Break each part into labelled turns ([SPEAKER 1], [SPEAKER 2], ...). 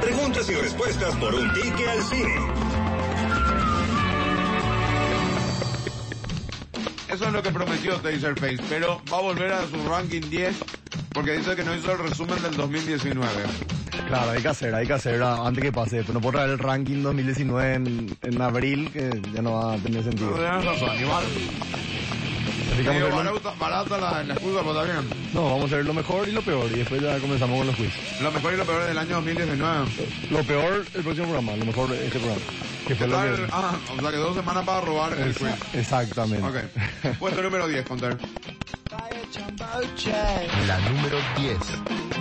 [SPEAKER 1] Preguntas y respuestas por un ticket al cine.
[SPEAKER 2] Eso es lo que prometió Taserface, pero va a volver a su ranking 10 porque dice que no hizo el resumen del 2019.
[SPEAKER 3] Claro, hay que hacer, hay que hacer ah, antes que pase. No puedo traer el ranking 2019 en, en abril, que ya no va a tener
[SPEAKER 2] No
[SPEAKER 3] sentido.
[SPEAKER 2] tienes razón, igual.
[SPEAKER 3] Así que vamos a
[SPEAKER 2] Digo,
[SPEAKER 3] hacer lo-
[SPEAKER 2] barata, barata la, la excusa, pero está bien.
[SPEAKER 3] no, vamos a hacer lo mejor y lo peor, y después ya comenzamos con los quiz.
[SPEAKER 2] Lo mejor y lo peor del año 2019.
[SPEAKER 3] Lo peor, el próximo programa, lo mejor, este programa. Que fue lo
[SPEAKER 2] Total,
[SPEAKER 3] que-
[SPEAKER 2] ah, o sea que dos semanas para robar el quiz.
[SPEAKER 3] Exa- Exactamente.
[SPEAKER 2] Ok. Puesto número 10, contar.
[SPEAKER 4] La número 10.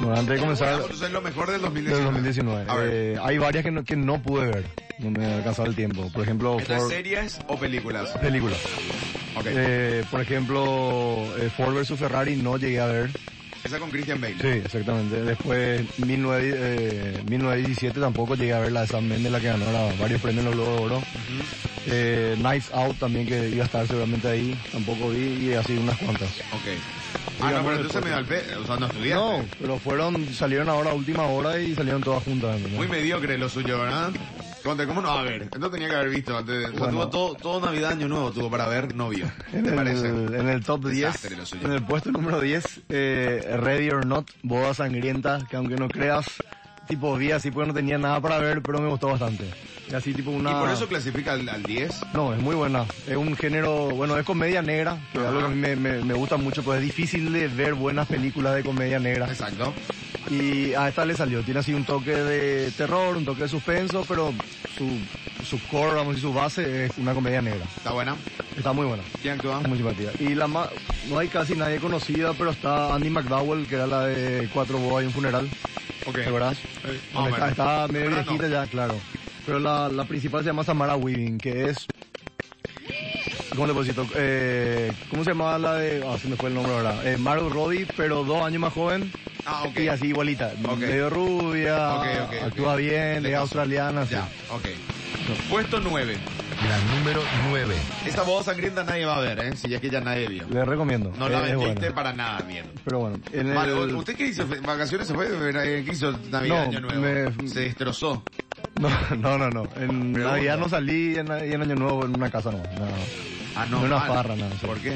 [SPEAKER 3] Bueno, antes de comenzar,
[SPEAKER 2] Entonces es lo mejor del
[SPEAKER 3] del
[SPEAKER 2] 2019.
[SPEAKER 3] 2019.
[SPEAKER 2] A ver.
[SPEAKER 3] Eh, hay varias que no, que no pude ver, no me ha alcanzado el tiempo. Por ejemplo,
[SPEAKER 2] ¿Estas
[SPEAKER 3] Ford,
[SPEAKER 2] series o películas?
[SPEAKER 3] películas.
[SPEAKER 2] Ok.
[SPEAKER 3] Eh, por ejemplo, eh, Ford vs Ferrari no llegué a ver.
[SPEAKER 2] Esa con Christian Bale.
[SPEAKER 3] Sí, exactamente. Después, 19, eh, 1917 tampoco llegué a ver la de Sam Mendes, la que ganó ahora varios premios en los Globos de Oro. Eh, Knives Out también, que iba a estar seguramente ahí, tampoco vi, y así unas cuantas.
[SPEAKER 2] Ok. Ah, no, pero entonces me da el pe... O sea, no estudiaste.
[SPEAKER 3] No, pero fueron, salieron ahora a última hora y salieron todas juntas. ¿no?
[SPEAKER 2] Muy mediocre lo suyo, ¿verdad? Conte, ¿cómo no? A ver, esto tenía que haber visto antes. de- o sea,
[SPEAKER 3] Bueno.
[SPEAKER 2] tuvo todo, todo Navidad, Año Nuevo tuvo para ver, no vio.
[SPEAKER 3] En
[SPEAKER 2] ¿Te
[SPEAKER 3] el,
[SPEAKER 2] parece?
[SPEAKER 3] en el top 10,
[SPEAKER 2] Desastre lo suyo.
[SPEAKER 3] en el puesto número 10, eh, Ready or Not, Boda Sangrienta, que aunque no creas, tipo vi así porque no tenía nada para ver, pero me gustó bastante. Y así tipo una...
[SPEAKER 2] ¿Y por eso clasifica al, al 10?
[SPEAKER 3] No, es muy buena. Es un género, bueno, es comedia negra, que es algo que a mí me, me- me gusta mucho, pues es difícil de ver buenas películas de comedia negra.
[SPEAKER 2] Exacto.
[SPEAKER 3] Y a esta le salió, tiene así un toque de terror, un toque de suspenso, pero su, su core, vamos a decir, su base es una comedia negra.
[SPEAKER 2] Está buena.
[SPEAKER 3] Está muy buena.
[SPEAKER 2] ¿Quién actúa?
[SPEAKER 3] Es muy simpática. Y la más, no hay casi nadie conocida, pero está Andy McDowell, que era la de Cuatro Bodas y un funeral.
[SPEAKER 2] Ok.
[SPEAKER 3] ¿Te acuerdas?
[SPEAKER 2] Eh,
[SPEAKER 3] Bueno,
[SPEAKER 2] más o menos.
[SPEAKER 3] está, está medio
[SPEAKER 2] Pero no.
[SPEAKER 3] viejita ya, claro. Pero la, la principal se llama Samara Weaving, que es... ¿Cómo le pusiste? Eh, ¿Cómo se llamaba la de...? Ah, se me fue el nombre ahora. Eh, Margot Robbie, pero dos años más joven.
[SPEAKER 2] Ah, ok.
[SPEAKER 3] Y así igualita.
[SPEAKER 2] Ok.
[SPEAKER 3] Medio rubia,
[SPEAKER 2] Ok, ok, ok.
[SPEAKER 3] actúa bien,
[SPEAKER 2] Le
[SPEAKER 3] es
[SPEAKER 2] caso.
[SPEAKER 3] australiana, así.
[SPEAKER 2] Ya, ok. Puesto 9.
[SPEAKER 4] La número 9.
[SPEAKER 2] Esta boda sangrienta nadie va a ver, ¿eh? Si es que ya nadie vio.
[SPEAKER 3] Le recomiendo. Eh,
[SPEAKER 2] No la
[SPEAKER 3] es- es
[SPEAKER 2] vendiste
[SPEAKER 3] buena.
[SPEAKER 2] para nada bien.
[SPEAKER 3] Pero bueno. en el-
[SPEAKER 2] Vale, ¿usted qué hizo? ¿Vacaciones se fue? Eh, ¿Qué hizo Navidad,
[SPEAKER 3] No,
[SPEAKER 2] Año Nuevo?
[SPEAKER 3] me-
[SPEAKER 2] Se destrozó.
[SPEAKER 3] No, no, no, no. En
[SPEAKER 2] Pero
[SPEAKER 3] Navidad
[SPEAKER 2] bueno.
[SPEAKER 3] no salí y en, y en Año Nuevo en una casa no. No,
[SPEAKER 2] Ah, no.
[SPEAKER 3] En una
[SPEAKER 2] mal.
[SPEAKER 3] farra, nada.
[SPEAKER 2] ¿Por qué?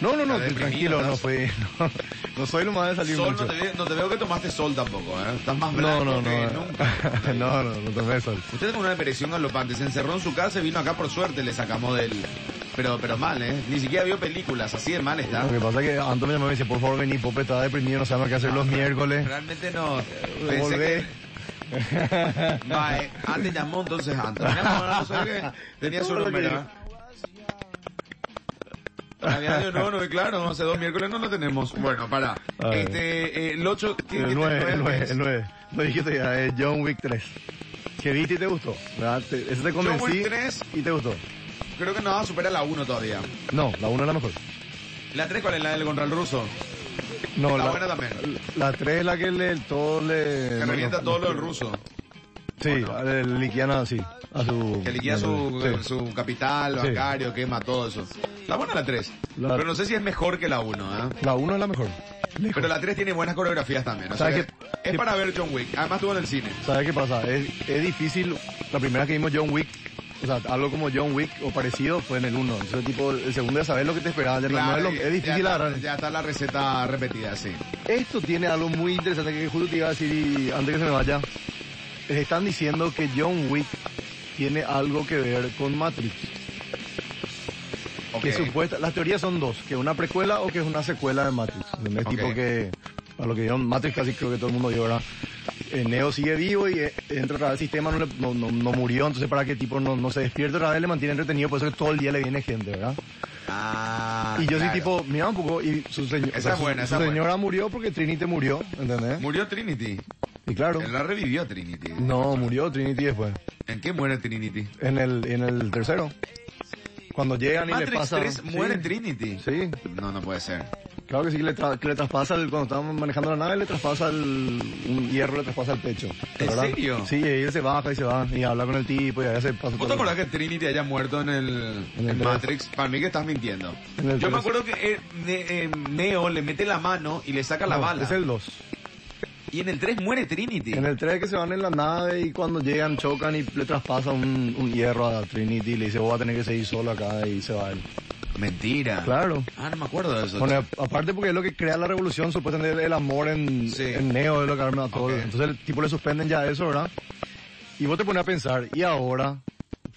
[SPEAKER 3] no, no, no,
[SPEAKER 2] Está deprimido,
[SPEAKER 3] tranquilo,
[SPEAKER 2] ¿no?
[SPEAKER 3] no fui. No, no soy lo más de salir
[SPEAKER 2] Sol,
[SPEAKER 3] mucho.
[SPEAKER 2] no te, ve- no te veo que tomaste sol tampoco, ¿eh? Estás más blanco
[SPEAKER 3] No, no, eh. no.
[SPEAKER 2] que
[SPEAKER 3] No,
[SPEAKER 2] nunca.
[SPEAKER 3] no, no, no tomé sol.
[SPEAKER 2] Usted tuvo una depresión galopante, se encerró en su casa y vino acá por suerte, le sacamos del... Pero, pero mal, ¿eh? Ni siquiera vio películas, así de mal está.
[SPEAKER 3] Lo que pasa es que Antonio me llamó y me dice, por favor vení, Pope está deprimido, no sabemos qué hacer los miércoles.
[SPEAKER 2] Realmente no... Pensé
[SPEAKER 3] Volvé.
[SPEAKER 2] que... Va, eh, antes llamó entonces antes. Mirá, no, no, no sé qué. Tenía su
[SPEAKER 3] Todo lo que-
[SPEAKER 2] número, ¿eh? Navidad Año Nuevo, no, no, claro, hace dos miércoles no lo tenemos. Bueno, para.
[SPEAKER 3] A ver.
[SPEAKER 2] Este, eh, el 8...
[SPEAKER 3] El 9, el 9, el 9. No dijiste ya, es John Wick 3. Que viste y te gustó, ¿verdad? Te- ese te
[SPEAKER 2] John Wick
[SPEAKER 3] convencí
[SPEAKER 2] 3.
[SPEAKER 3] y te gustó.
[SPEAKER 2] Creo que no supera la 1 todavía.
[SPEAKER 3] No, la 1 es la mejor.
[SPEAKER 2] La 3 cuál es la del Gonral Ruso.
[SPEAKER 3] No,
[SPEAKER 2] la,
[SPEAKER 3] la,
[SPEAKER 2] buena también.
[SPEAKER 3] la 3 es la que le, todo le...
[SPEAKER 2] Que
[SPEAKER 3] no,
[SPEAKER 2] revienta
[SPEAKER 3] no,
[SPEAKER 2] todo
[SPEAKER 3] no.
[SPEAKER 2] lo del ruso.
[SPEAKER 3] Sí, le liquidan así, a su...
[SPEAKER 2] Que liquida su,
[SPEAKER 3] Sí.
[SPEAKER 2] su capital,
[SPEAKER 3] Sí.
[SPEAKER 2] bancario, quema todo eso. La buena es la 3.
[SPEAKER 3] La-
[SPEAKER 2] Pero no sé si es mejor que la 1, ¿eh?
[SPEAKER 3] La 1 es la mejor. Lejos.
[SPEAKER 2] Pero la 3 tiene buenas coreografías también. O sea,
[SPEAKER 3] ¿Sabes
[SPEAKER 2] que
[SPEAKER 3] qué-
[SPEAKER 2] es
[SPEAKER 3] qué-
[SPEAKER 2] para ver John Wick. Además estuvo en el cine.
[SPEAKER 3] ¿Sabes qué pasa? Es, es difícil, la primera que vimos John Wick, o sea, algo como John Wick o parecido fue en el 1. Entonces, tipo, el segundo es saber lo que te esperaba, ya no- no es, lo-
[SPEAKER 2] y-
[SPEAKER 3] es difícil
[SPEAKER 2] ya,
[SPEAKER 3] agarrar.
[SPEAKER 2] está, ya está la receta repetida, sí.
[SPEAKER 3] Esto tiene algo muy interesante que justo te iba a decir y antes que se me vaya. Les están diciendo que John Wick tiene algo que ver con Matrix.
[SPEAKER 2] Ok.
[SPEAKER 3] Que supuesta, las teorías son dos, que es una precuela o que es una secuela de Matrix. No es
[SPEAKER 2] Ok.
[SPEAKER 3] tipo que, a lo que vieron Matrix casi creo que todo el mundo vio, ¿verdad? Eh, Neo sigue vivo y eh, entra otra vez al sistema, no, le- no, no- no murió, entonces para que tipo no, no se despierte otra vez le mantiene entretenido, por eso que todo el día le viene gente, ¿verdad?
[SPEAKER 2] Ah,
[SPEAKER 3] y yo
[SPEAKER 2] claro.
[SPEAKER 3] sí tipo, mira un poco, y su, seño-
[SPEAKER 2] Esa
[SPEAKER 3] o sea,
[SPEAKER 2] es
[SPEAKER 3] su-
[SPEAKER 2] buena,
[SPEAKER 3] su
[SPEAKER 2] esa es buena.
[SPEAKER 3] señora murió porque Trinity murió, ¿entendés?
[SPEAKER 2] Murió Trinity.
[SPEAKER 3] y claro.
[SPEAKER 2] Él la revivió Trinity.
[SPEAKER 3] No, murió Trinity después.
[SPEAKER 2] ¿En qué muere Trinity?
[SPEAKER 3] En el, en el tercero. Cuando llegan y le
[SPEAKER 2] Matrix
[SPEAKER 3] pasan...
[SPEAKER 2] 3 muere
[SPEAKER 3] sí,
[SPEAKER 2] Trinity.
[SPEAKER 3] Sí,
[SPEAKER 2] No, no puede ser.
[SPEAKER 3] claro que sí, que le, tra- que le traspasa, el, cuando estaban manejando la nave, le traspasa el, un hierro, le traspasa el pecho.
[SPEAKER 2] ¿En
[SPEAKER 3] ¿Verdad?
[SPEAKER 2] serio?
[SPEAKER 3] Sí, y él se baja y se va, y habla con el tipo, y allá se pasa...
[SPEAKER 2] ¿Vos te
[SPEAKER 3] todo.
[SPEAKER 2] acordás que Trinity haya muerto en el,
[SPEAKER 3] En el
[SPEAKER 2] en
[SPEAKER 3] tres.
[SPEAKER 2] Matrix? Para mí que estás mintiendo.
[SPEAKER 3] En el
[SPEAKER 2] Yo me
[SPEAKER 3] tres.
[SPEAKER 2] acuerdo que eh, Ne- eh, Neo le mete la mano y le saca la
[SPEAKER 3] No,
[SPEAKER 2] bala.
[SPEAKER 3] Es el 2.
[SPEAKER 2] Y en el 3 muere Trinity.
[SPEAKER 3] En el 3 que se van en la nave y cuando llegan chocan y le traspasa un, un hierro a Trinity y le dice, vos vas a tener que seguir solo acá y se va él.
[SPEAKER 2] Mentira.
[SPEAKER 3] Claro.
[SPEAKER 2] Ah, no me acuerdo de eso.
[SPEAKER 3] Bueno, aparte porque es lo que crea la revolución, supuestamente el amor en,
[SPEAKER 2] Sí.
[SPEAKER 3] en Neo es lo que arma a todo.
[SPEAKER 2] Ok.
[SPEAKER 3] Entonces el tipo le suspenden ya eso, ¿verdad? Y vos te pones a pensar, y ahora,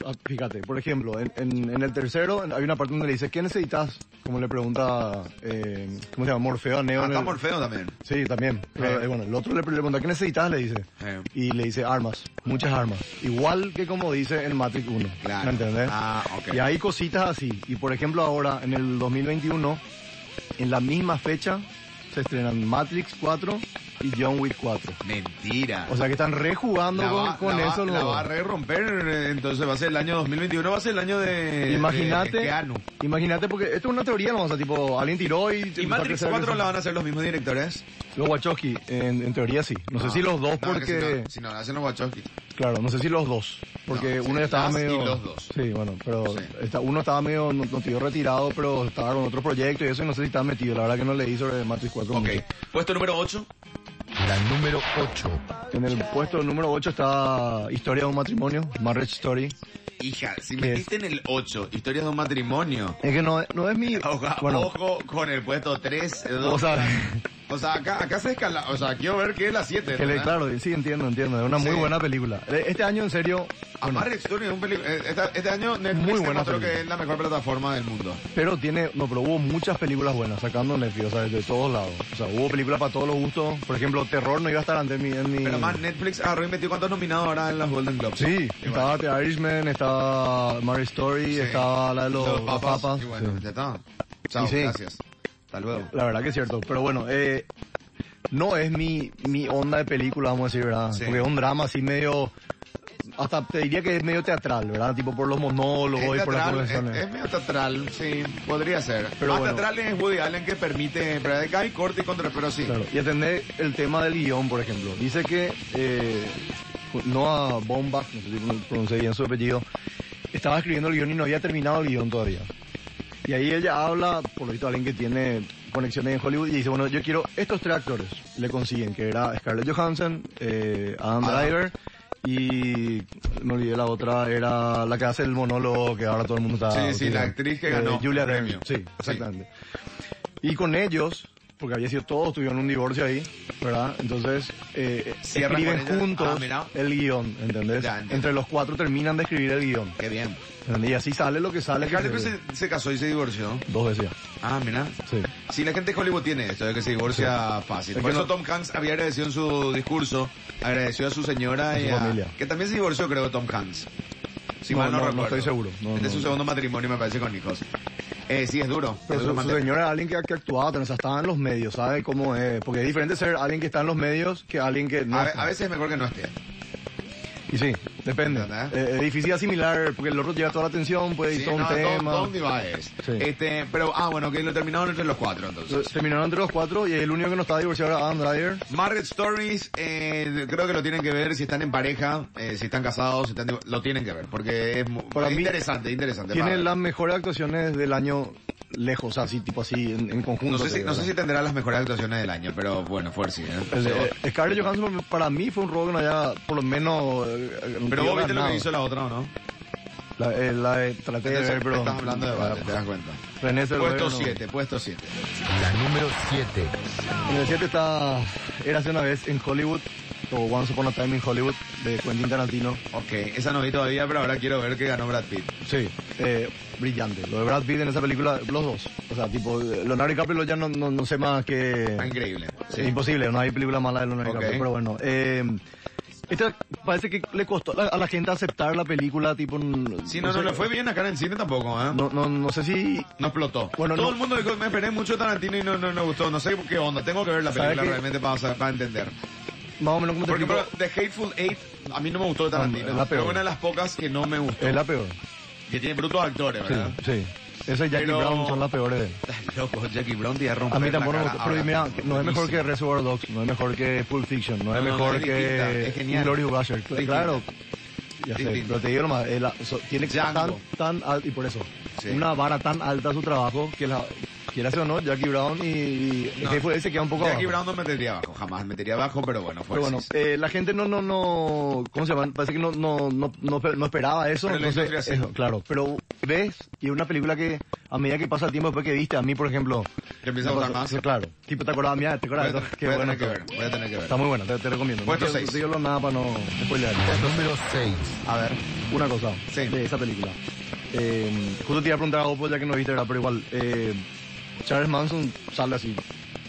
[SPEAKER 3] Ah, fíjate, por ejemplo, en, en- en el tercero hay una parte donde le dice, ¿qué necesitas? Como le pregunta, eh, ¿cómo se llama? Morfeo a Neo. en
[SPEAKER 2] Acá
[SPEAKER 3] el-
[SPEAKER 2] Morfeo también.
[SPEAKER 3] Sí, también. Pero, eh, bueno, el otro le, pre- le pregunta, ¿qué necesitas? Le dice.
[SPEAKER 2] Eh.
[SPEAKER 3] Y le dice armas, muchas armas. Igual que como dice en Matrix 1.
[SPEAKER 2] Claro.
[SPEAKER 3] ¿Me entendés?
[SPEAKER 2] Ah, ok.
[SPEAKER 3] Y hay cositas así. Y por ejemplo ahora, en el 2021, en la misma fecha, se estrenan Matrix 4 y John Wick 4.
[SPEAKER 2] Mentira.
[SPEAKER 3] O sea que están rejugando
[SPEAKER 2] La
[SPEAKER 3] con,
[SPEAKER 2] va-
[SPEAKER 3] con
[SPEAKER 2] la va-
[SPEAKER 3] eso.
[SPEAKER 2] la
[SPEAKER 3] loco.
[SPEAKER 2] va a re romper, eh, entonces va a ser el año 2021, va a ser el año de... de- de
[SPEAKER 3] Imagínate,
[SPEAKER 2] Keanu.
[SPEAKER 3] imagínate porque esto es una teoría, no, o sea, tipo, alguien tiró y...
[SPEAKER 2] ¿Y Matrix 4 la van a hacer los mismos directores?
[SPEAKER 3] Los Wachowski, en, en teoría sí. No, sé si los dos
[SPEAKER 2] No,
[SPEAKER 3] porque...
[SPEAKER 2] Ah, que Si no, si no, la hacen los Wachowski.
[SPEAKER 3] Claro, no sé si los dos, porque
[SPEAKER 2] No, sí,
[SPEAKER 3] uno ya estaba
[SPEAKER 2] las y
[SPEAKER 3] medio...
[SPEAKER 2] los dos.
[SPEAKER 3] Sí, bueno, pero
[SPEAKER 2] Sí.
[SPEAKER 3] está- uno estaba medio, no, no te digo retirado, pero estaba con otro proyecto y eso, y no sé si estaba metido, la verdad que no leí sobre Matrix 4.
[SPEAKER 2] Ok.
[SPEAKER 3] mucho.
[SPEAKER 2] Puesto número 8.
[SPEAKER 4] La número 8.
[SPEAKER 3] En el puesto número 8 está Historia de un matrimonio, Marriage Story.
[SPEAKER 2] Hija, si
[SPEAKER 3] ¿Qué es?
[SPEAKER 2] metiste en el 8, historias de un matrimonio.
[SPEAKER 3] Es que no, no es mi...
[SPEAKER 2] Ojo,
[SPEAKER 3] bueno,
[SPEAKER 2] ojo con el puesto 3,
[SPEAKER 3] o sea,
[SPEAKER 2] O sea, acá, acá se escala. O sea, quiero ver que es la 7.
[SPEAKER 3] que le- claro, sí, entiendo, entiendo, es una muy
[SPEAKER 2] Sí.
[SPEAKER 3] buena película. E- Este año, en serio, bueno,
[SPEAKER 2] Amar Story es un peli- eh, esta- Este año Netflix
[SPEAKER 3] Muy
[SPEAKER 2] Muy
[SPEAKER 3] buena
[SPEAKER 2] demostró
[SPEAKER 3] película.
[SPEAKER 2] que es la mejor plataforma del mundo.
[SPEAKER 3] pero tiene, no, pero hubo muchas películas buenas, sacando Netflix, o sea, de todos lados. O sea, hubo películas para todos los gustos, por ejemplo, Terror no iba a estar ante mi... En mi...
[SPEAKER 2] Pero más Netflix agarró y metió cuántos nominados ahora en las Golden Globes.
[SPEAKER 3] Sí,
[SPEAKER 2] Y bueno,
[SPEAKER 3] estaba The Irishman, estaba Mary Story,
[SPEAKER 2] sí.
[SPEAKER 3] estaba la de los,
[SPEAKER 2] Los
[SPEAKER 3] los
[SPEAKER 2] papas.
[SPEAKER 3] papas.
[SPEAKER 2] Y bueno,
[SPEAKER 3] sí.
[SPEAKER 2] ya está. Chao,
[SPEAKER 3] sí.
[SPEAKER 2] gracias. Hasta luego.
[SPEAKER 3] La verdad que es cierto, pero bueno, eh, no es mi, mi onda de película, vamos a decir, ¿verdad?
[SPEAKER 2] Sí.
[SPEAKER 3] Porque es un drama así medio, hasta te diría que es medio teatral, ¿verdad? Tipo por los
[SPEAKER 2] Es,
[SPEAKER 3] monólogos y por las
[SPEAKER 2] teatral, es,
[SPEAKER 3] conversaciones.
[SPEAKER 2] es medio teatral, sí, podría ser.
[SPEAKER 3] Pero
[SPEAKER 2] más
[SPEAKER 3] bueno.
[SPEAKER 2] teatral es Woody Allen que permite, pero acá hay corte y contra, pero sí.
[SPEAKER 3] Claro, Y atender el tema del guión, por ejlo. Dice que eh, Noah Bombach, no sé si pronuncié bien su apellido, estaba escribiendo el guión y no había terminado el guión todavía. Y ahí ella habla, por lo visto, alguien que tiene conexiones en Hollywood y dice, bueno, yo quiero estos tres actores. Le consiguen, que era Scarlett Johansson, eh, Adam
[SPEAKER 2] Adam.
[SPEAKER 3] Driver y me olvidé la otra, era la que hace el monólogo que ahora todo el mundo está...
[SPEAKER 2] Sí, sí, la
[SPEAKER 3] utilizando.
[SPEAKER 2] actriz que
[SPEAKER 3] Eh,
[SPEAKER 2] ganó
[SPEAKER 3] Julia
[SPEAKER 2] el
[SPEAKER 3] Dench.
[SPEAKER 2] premio.
[SPEAKER 3] Sí,
[SPEAKER 2] Sí.
[SPEAKER 3] exactamente. Y con ellos, porque había sido todos, tuvieron un divorcio ahí, ¿verdad? Entonces, eh,
[SPEAKER 2] Cierra
[SPEAKER 3] escriben
[SPEAKER 2] con ella. Ah,
[SPEAKER 3] juntos
[SPEAKER 2] mira.
[SPEAKER 3] el guión, ¿entendés?
[SPEAKER 2] Ya, entiendo.
[SPEAKER 3] Entre los cuatro terminan de escribir el guión.
[SPEAKER 2] Qué bien.
[SPEAKER 3] ¿entendés? Y así sale lo que sale. que
[SPEAKER 2] Scarlett
[SPEAKER 3] se-
[SPEAKER 2] se, se casó y se divorció.
[SPEAKER 3] Dos veces ya.
[SPEAKER 2] Ah, mira.
[SPEAKER 3] Sí.
[SPEAKER 2] Sí, la gente de Hollywood tiene esto, de que se divorcia fácil.
[SPEAKER 3] Es
[SPEAKER 2] Por
[SPEAKER 3] que
[SPEAKER 2] eso
[SPEAKER 3] no-
[SPEAKER 2] Tom Hanks había agradecido en su discurso, agradeció a su señora
[SPEAKER 3] A su
[SPEAKER 2] y a-
[SPEAKER 3] familia.
[SPEAKER 2] Que también se divorció, creo, Tom Hanks. Si
[SPEAKER 3] No,
[SPEAKER 2] mal no,
[SPEAKER 3] no, no
[SPEAKER 2] recuerdo.
[SPEAKER 3] estoy seguro. No,
[SPEAKER 2] este
[SPEAKER 3] no,
[SPEAKER 2] es su
[SPEAKER 3] no.
[SPEAKER 2] segundo matrimonio, me parece, con hijos. Eh, sí, es duro.
[SPEAKER 3] Pero
[SPEAKER 2] es duro
[SPEAKER 3] su, su
[SPEAKER 2] mantener-
[SPEAKER 3] señora era alguien que, que actuaba, o sea, estaba en los medios, ¿sabe cómo es? Porque es diferente ser alguien que está en los medios que alguien que no
[SPEAKER 2] a, ve-
[SPEAKER 3] está.
[SPEAKER 2] a veces es mejor que no esté.
[SPEAKER 3] Y sí, depende.
[SPEAKER 2] ¿Verdad?
[SPEAKER 3] Eh, es difícil asimilar, porque el otro lleva toda la atención, puede ir
[SPEAKER 2] Sí,
[SPEAKER 3] todo un
[SPEAKER 2] no, Tom-
[SPEAKER 3] tema.
[SPEAKER 2] Tom Divaez.
[SPEAKER 3] Sí.
[SPEAKER 2] Este, pero, ah, bueno, que lo terminaron entre los cuatro, entonces.
[SPEAKER 3] Entonces, Terminaron entre los cuatro y el único que no estaba divorciado era Adam Driver.
[SPEAKER 2] Marriage Stories, eh, creo que lo tienen que ver si están en pareja, eh, si están casados, si están, div- lo tienen que ver, porque es, mu-
[SPEAKER 3] Para
[SPEAKER 2] es
[SPEAKER 3] mí,
[SPEAKER 2] interesante, interesante.
[SPEAKER 3] Tiene
[SPEAKER 2] Marriage.
[SPEAKER 3] las mejores actuaciones del año lejos, así, tipo así, en, en conjunto.
[SPEAKER 2] No sé, si,
[SPEAKER 3] te
[SPEAKER 2] no sé si
[SPEAKER 3] digo,
[SPEAKER 2] tendrá las mejores actuaciones del año, pero bueno, fuerza. ¿eh?
[SPEAKER 3] ¿verdad? El de- eh, Scarlett Johansson para mí fue un rol que no haya, por lo menos... eh, eh,
[SPEAKER 2] pero vos
[SPEAKER 3] ganado.
[SPEAKER 2] viste lo que hizo la otra, ¿o no?
[SPEAKER 3] La, eh, la de- traté de
[SPEAKER 2] Entonces,
[SPEAKER 3] ver, pero...
[SPEAKER 2] Estás hablando de Vale, te das cuenta.
[SPEAKER 3] René Zellweger,
[SPEAKER 2] Puesto
[SPEAKER 3] no.
[SPEAKER 2] 7, puesto 7.
[SPEAKER 4] La número 7.
[SPEAKER 3] En el 7 está... Era hace una vez en Hollywood, o Once Upon a Time in Hollywood, de Quentin Tarantino.
[SPEAKER 2] Ok, esa no vi todavía, pero ahora quiero ver que ganó Brad Pitt.
[SPEAKER 3] Sí, eh, brillante. Lo de Brad Pitt en esa película, los dos. O sea, tipo, eh, Leonardo DiCaprio ya no, no, no sé más que...
[SPEAKER 2] Está increíble. Sí.
[SPEAKER 3] Es imposible, no hay película mala de Leonardo
[SPEAKER 2] Ok.
[SPEAKER 3] DiCaprio, pero bueno. Eh, esta parece que le costó a la, a la gente aceptar la película, tipo... n-
[SPEAKER 2] Sí, no, no
[SPEAKER 3] sé-
[SPEAKER 2] le fue bien acá en el cine tampoco, ¿eh? No,
[SPEAKER 3] No, no, no sé si...
[SPEAKER 2] explotó.
[SPEAKER 3] Bueno,
[SPEAKER 2] Todo
[SPEAKER 3] no-
[SPEAKER 2] el mundo dijo, me esperé mucho Tarantino y no, no, no gustó. No sé qué onda, tengo que ver la
[SPEAKER 3] ¿Sabe
[SPEAKER 2] película
[SPEAKER 3] qué?
[SPEAKER 2] realmente para, sa- para entender.
[SPEAKER 3] Más o menos como te
[SPEAKER 2] Por ejemplo,
[SPEAKER 3] explico,
[SPEAKER 2] The Hateful Eight, a mí no me gustó de Tarantino.
[SPEAKER 3] es la
[SPEAKER 2] pero
[SPEAKER 3] peor.
[SPEAKER 2] una de las pocas que no me gustó.
[SPEAKER 3] es la peor.
[SPEAKER 2] Que tiene brutos actores,
[SPEAKER 3] Sí,
[SPEAKER 2] ¿verdad?
[SPEAKER 3] sí. Esa y Jackie
[SPEAKER 2] Pero-
[SPEAKER 3] Brown son las peores.
[SPEAKER 2] Estás loco, Jackie Brown te iba a romper
[SPEAKER 3] A mí
[SPEAKER 2] la
[SPEAKER 3] tampoco me
[SPEAKER 2] cara
[SPEAKER 3] gusta, pero
[SPEAKER 2] ahora.
[SPEAKER 3] mira, no es mejor que
[SPEAKER 2] Buenísimo.
[SPEAKER 3] Reservoir Dogs, no es mejor que Pulp Fiction, no es
[SPEAKER 2] No, no,
[SPEAKER 3] mejor
[SPEAKER 2] es distinta, es
[SPEAKER 3] que
[SPEAKER 2] genial.
[SPEAKER 3] Glorious Basher.
[SPEAKER 2] Distinta.
[SPEAKER 3] Claro, ya sé,
[SPEAKER 2] Distinta.
[SPEAKER 3] pero te digo nomás, eh, la- so- tiene que ser tan,
[SPEAKER 2] Django.
[SPEAKER 3] tan al- y por eso,
[SPEAKER 2] Sí.
[SPEAKER 3] una vara tan alta su trabajo que la, quieras o no, Jackie Brown y, y el
[SPEAKER 2] No.
[SPEAKER 3] jefe ese queda un poco
[SPEAKER 2] Jackie
[SPEAKER 3] abajo.
[SPEAKER 2] Brown pues no metería abajo, jamás metería abajo, pero bueno, fue
[SPEAKER 3] Pero bueno,
[SPEAKER 2] así.
[SPEAKER 3] eh, la gente no, no, no, ¿cómo se llama? Parece que no, no, no, no, no esperaba eso.
[SPEAKER 2] Pero la
[SPEAKER 3] entonces,
[SPEAKER 2] industria sí.
[SPEAKER 3] eso, claro. Pero ves, y es una película que a medida que pasa el tiempo después que viste, a mí, por ejemplo.
[SPEAKER 2] Te empieza a
[SPEAKER 3] me
[SPEAKER 2] gustar
[SPEAKER 3] pasó-
[SPEAKER 2] más.
[SPEAKER 3] Claro. Tipo, ¿te acordabas? Mira, ¿te
[SPEAKER 2] Voy a,
[SPEAKER 3] acordabas?
[SPEAKER 2] voy
[SPEAKER 3] Qué
[SPEAKER 2] a
[SPEAKER 3] bueno
[SPEAKER 2] tener que
[SPEAKER 3] que-
[SPEAKER 2] ver, voy a tener que ver.
[SPEAKER 3] Está muy buena, te, te recomiendo.
[SPEAKER 2] Puesto
[SPEAKER 3] no
[SPEAKER 2] seis.
[SPEAKER 3] quiero decirlo nada para no spoilear.
[SPEAKER 4] La número 6.
[SPEAKER 2] A ver,
[SPEAKER 3] Una cosa
[SPEAKER 2] Sí.
[SPEAKER 3] de esa película. Eh, justo te iba a preguntar a Oppo ya que no viste, ¿verdad? Pero igual, eh, Charles Manson sale así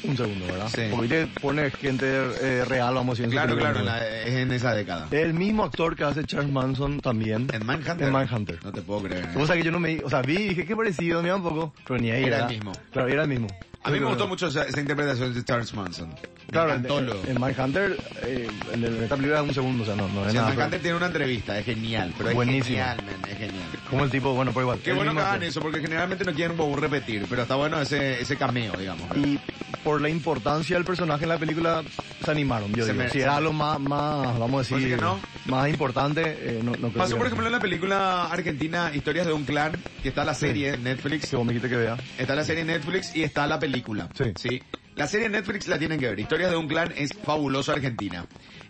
[SPEAKER 3] un segundo, ¿verdad?
[SPEAKER 2] Sí.
[SPEAKER 3] Porque te pone gente eh, real, vamos a decir. en su
[SPEAKER 2] claro,
[SPEAKER 3] película,
[SPEAKER 2] claro, en
[SPEAKER 3] ¿no?
[SPEAKER 2] la- es en esa década.
[SPEAKER 3] El mismo actor que hace Charles Manson también.
[SPEAKER 2] En Manhunter.
[SPEAKER 3] En Manhunter.
[SPEAKER 2] No te puedo creer. ¿eh?
[SPEAKER 3] O sea que yo no me... O sea, vi y dije, qué parecido, mira un poco. Pero ni ahí
[SPEAKER 2] Era el
[SPEAKER 3] ¿verdad?
[SPEAKER 2] mismo.
[SPEAKER 3] Claro, era el mismo.
[SPEAKER 2] A mí me
[SPEAKER 3] Sí, pero-
[SPEAKER 2] gustó mucho esa, esa interpretación de Charles Manson. Me
[SPEAKER 3] Claro, en,
[SPEAKER 2] encantó, luego.
[SPEAKER 3] en Manhunter, eh, en, el- en esta película es un segundo, o sea, no, no es
[SPEAKER 2] Sí, en
[SPEAKER 3] nada.
[SPEAKER 2] Manhunter tiene una entrevista, es genial, pero es
[SPEAKER 3] Buenísimo.
[SPEAKER 2] genial, man, es genial.
[SPEAKER 3] pero- como el tipo, bueno, pero igual.
[SPEAKER 2] Qué
[SPEAKER 3] el
[SPEAKER 2] bueno que
[SPEAKER 3] mismo
[SPEAKER 2] hagan
[SPEAKER 3] actor.
[SPEAKER 2] eso, porque generalmente no quieren volver a repetir, pero está bueno ese, ese cameo, digamos.
[SPEAKER 3] Y por la importancia del personaje en la película, se animaron, yo
[SPEAKER 2] Se
[SPEAKER 3] digo.
[SPEAKER 2] me-
[SPEAKER 3] si era algo más, más, vamos a
[SPEAKER 2] Pues sí
[SPEAKER 3] decir,
[SPEAKER 2] que no.
[SPEAKER 3] más importante, eh, no, no creo
[SPEAKER 2] Pasó,
[SPEAKER 3] que-
[SPEAKER 2] por ejemplo, en la película argentina Historias de un clan, que está la serie en Netflix.
[SPEAKER 3] Que vos me dijiste que vea.
[SPEAKER 2] Está la serie en Netflix y está la película.
[SPEAKER 3] Sí.
[SPEAKER 2] La serie en Netflix la tienen que ver. Historias de un clan es fabuloso argentina.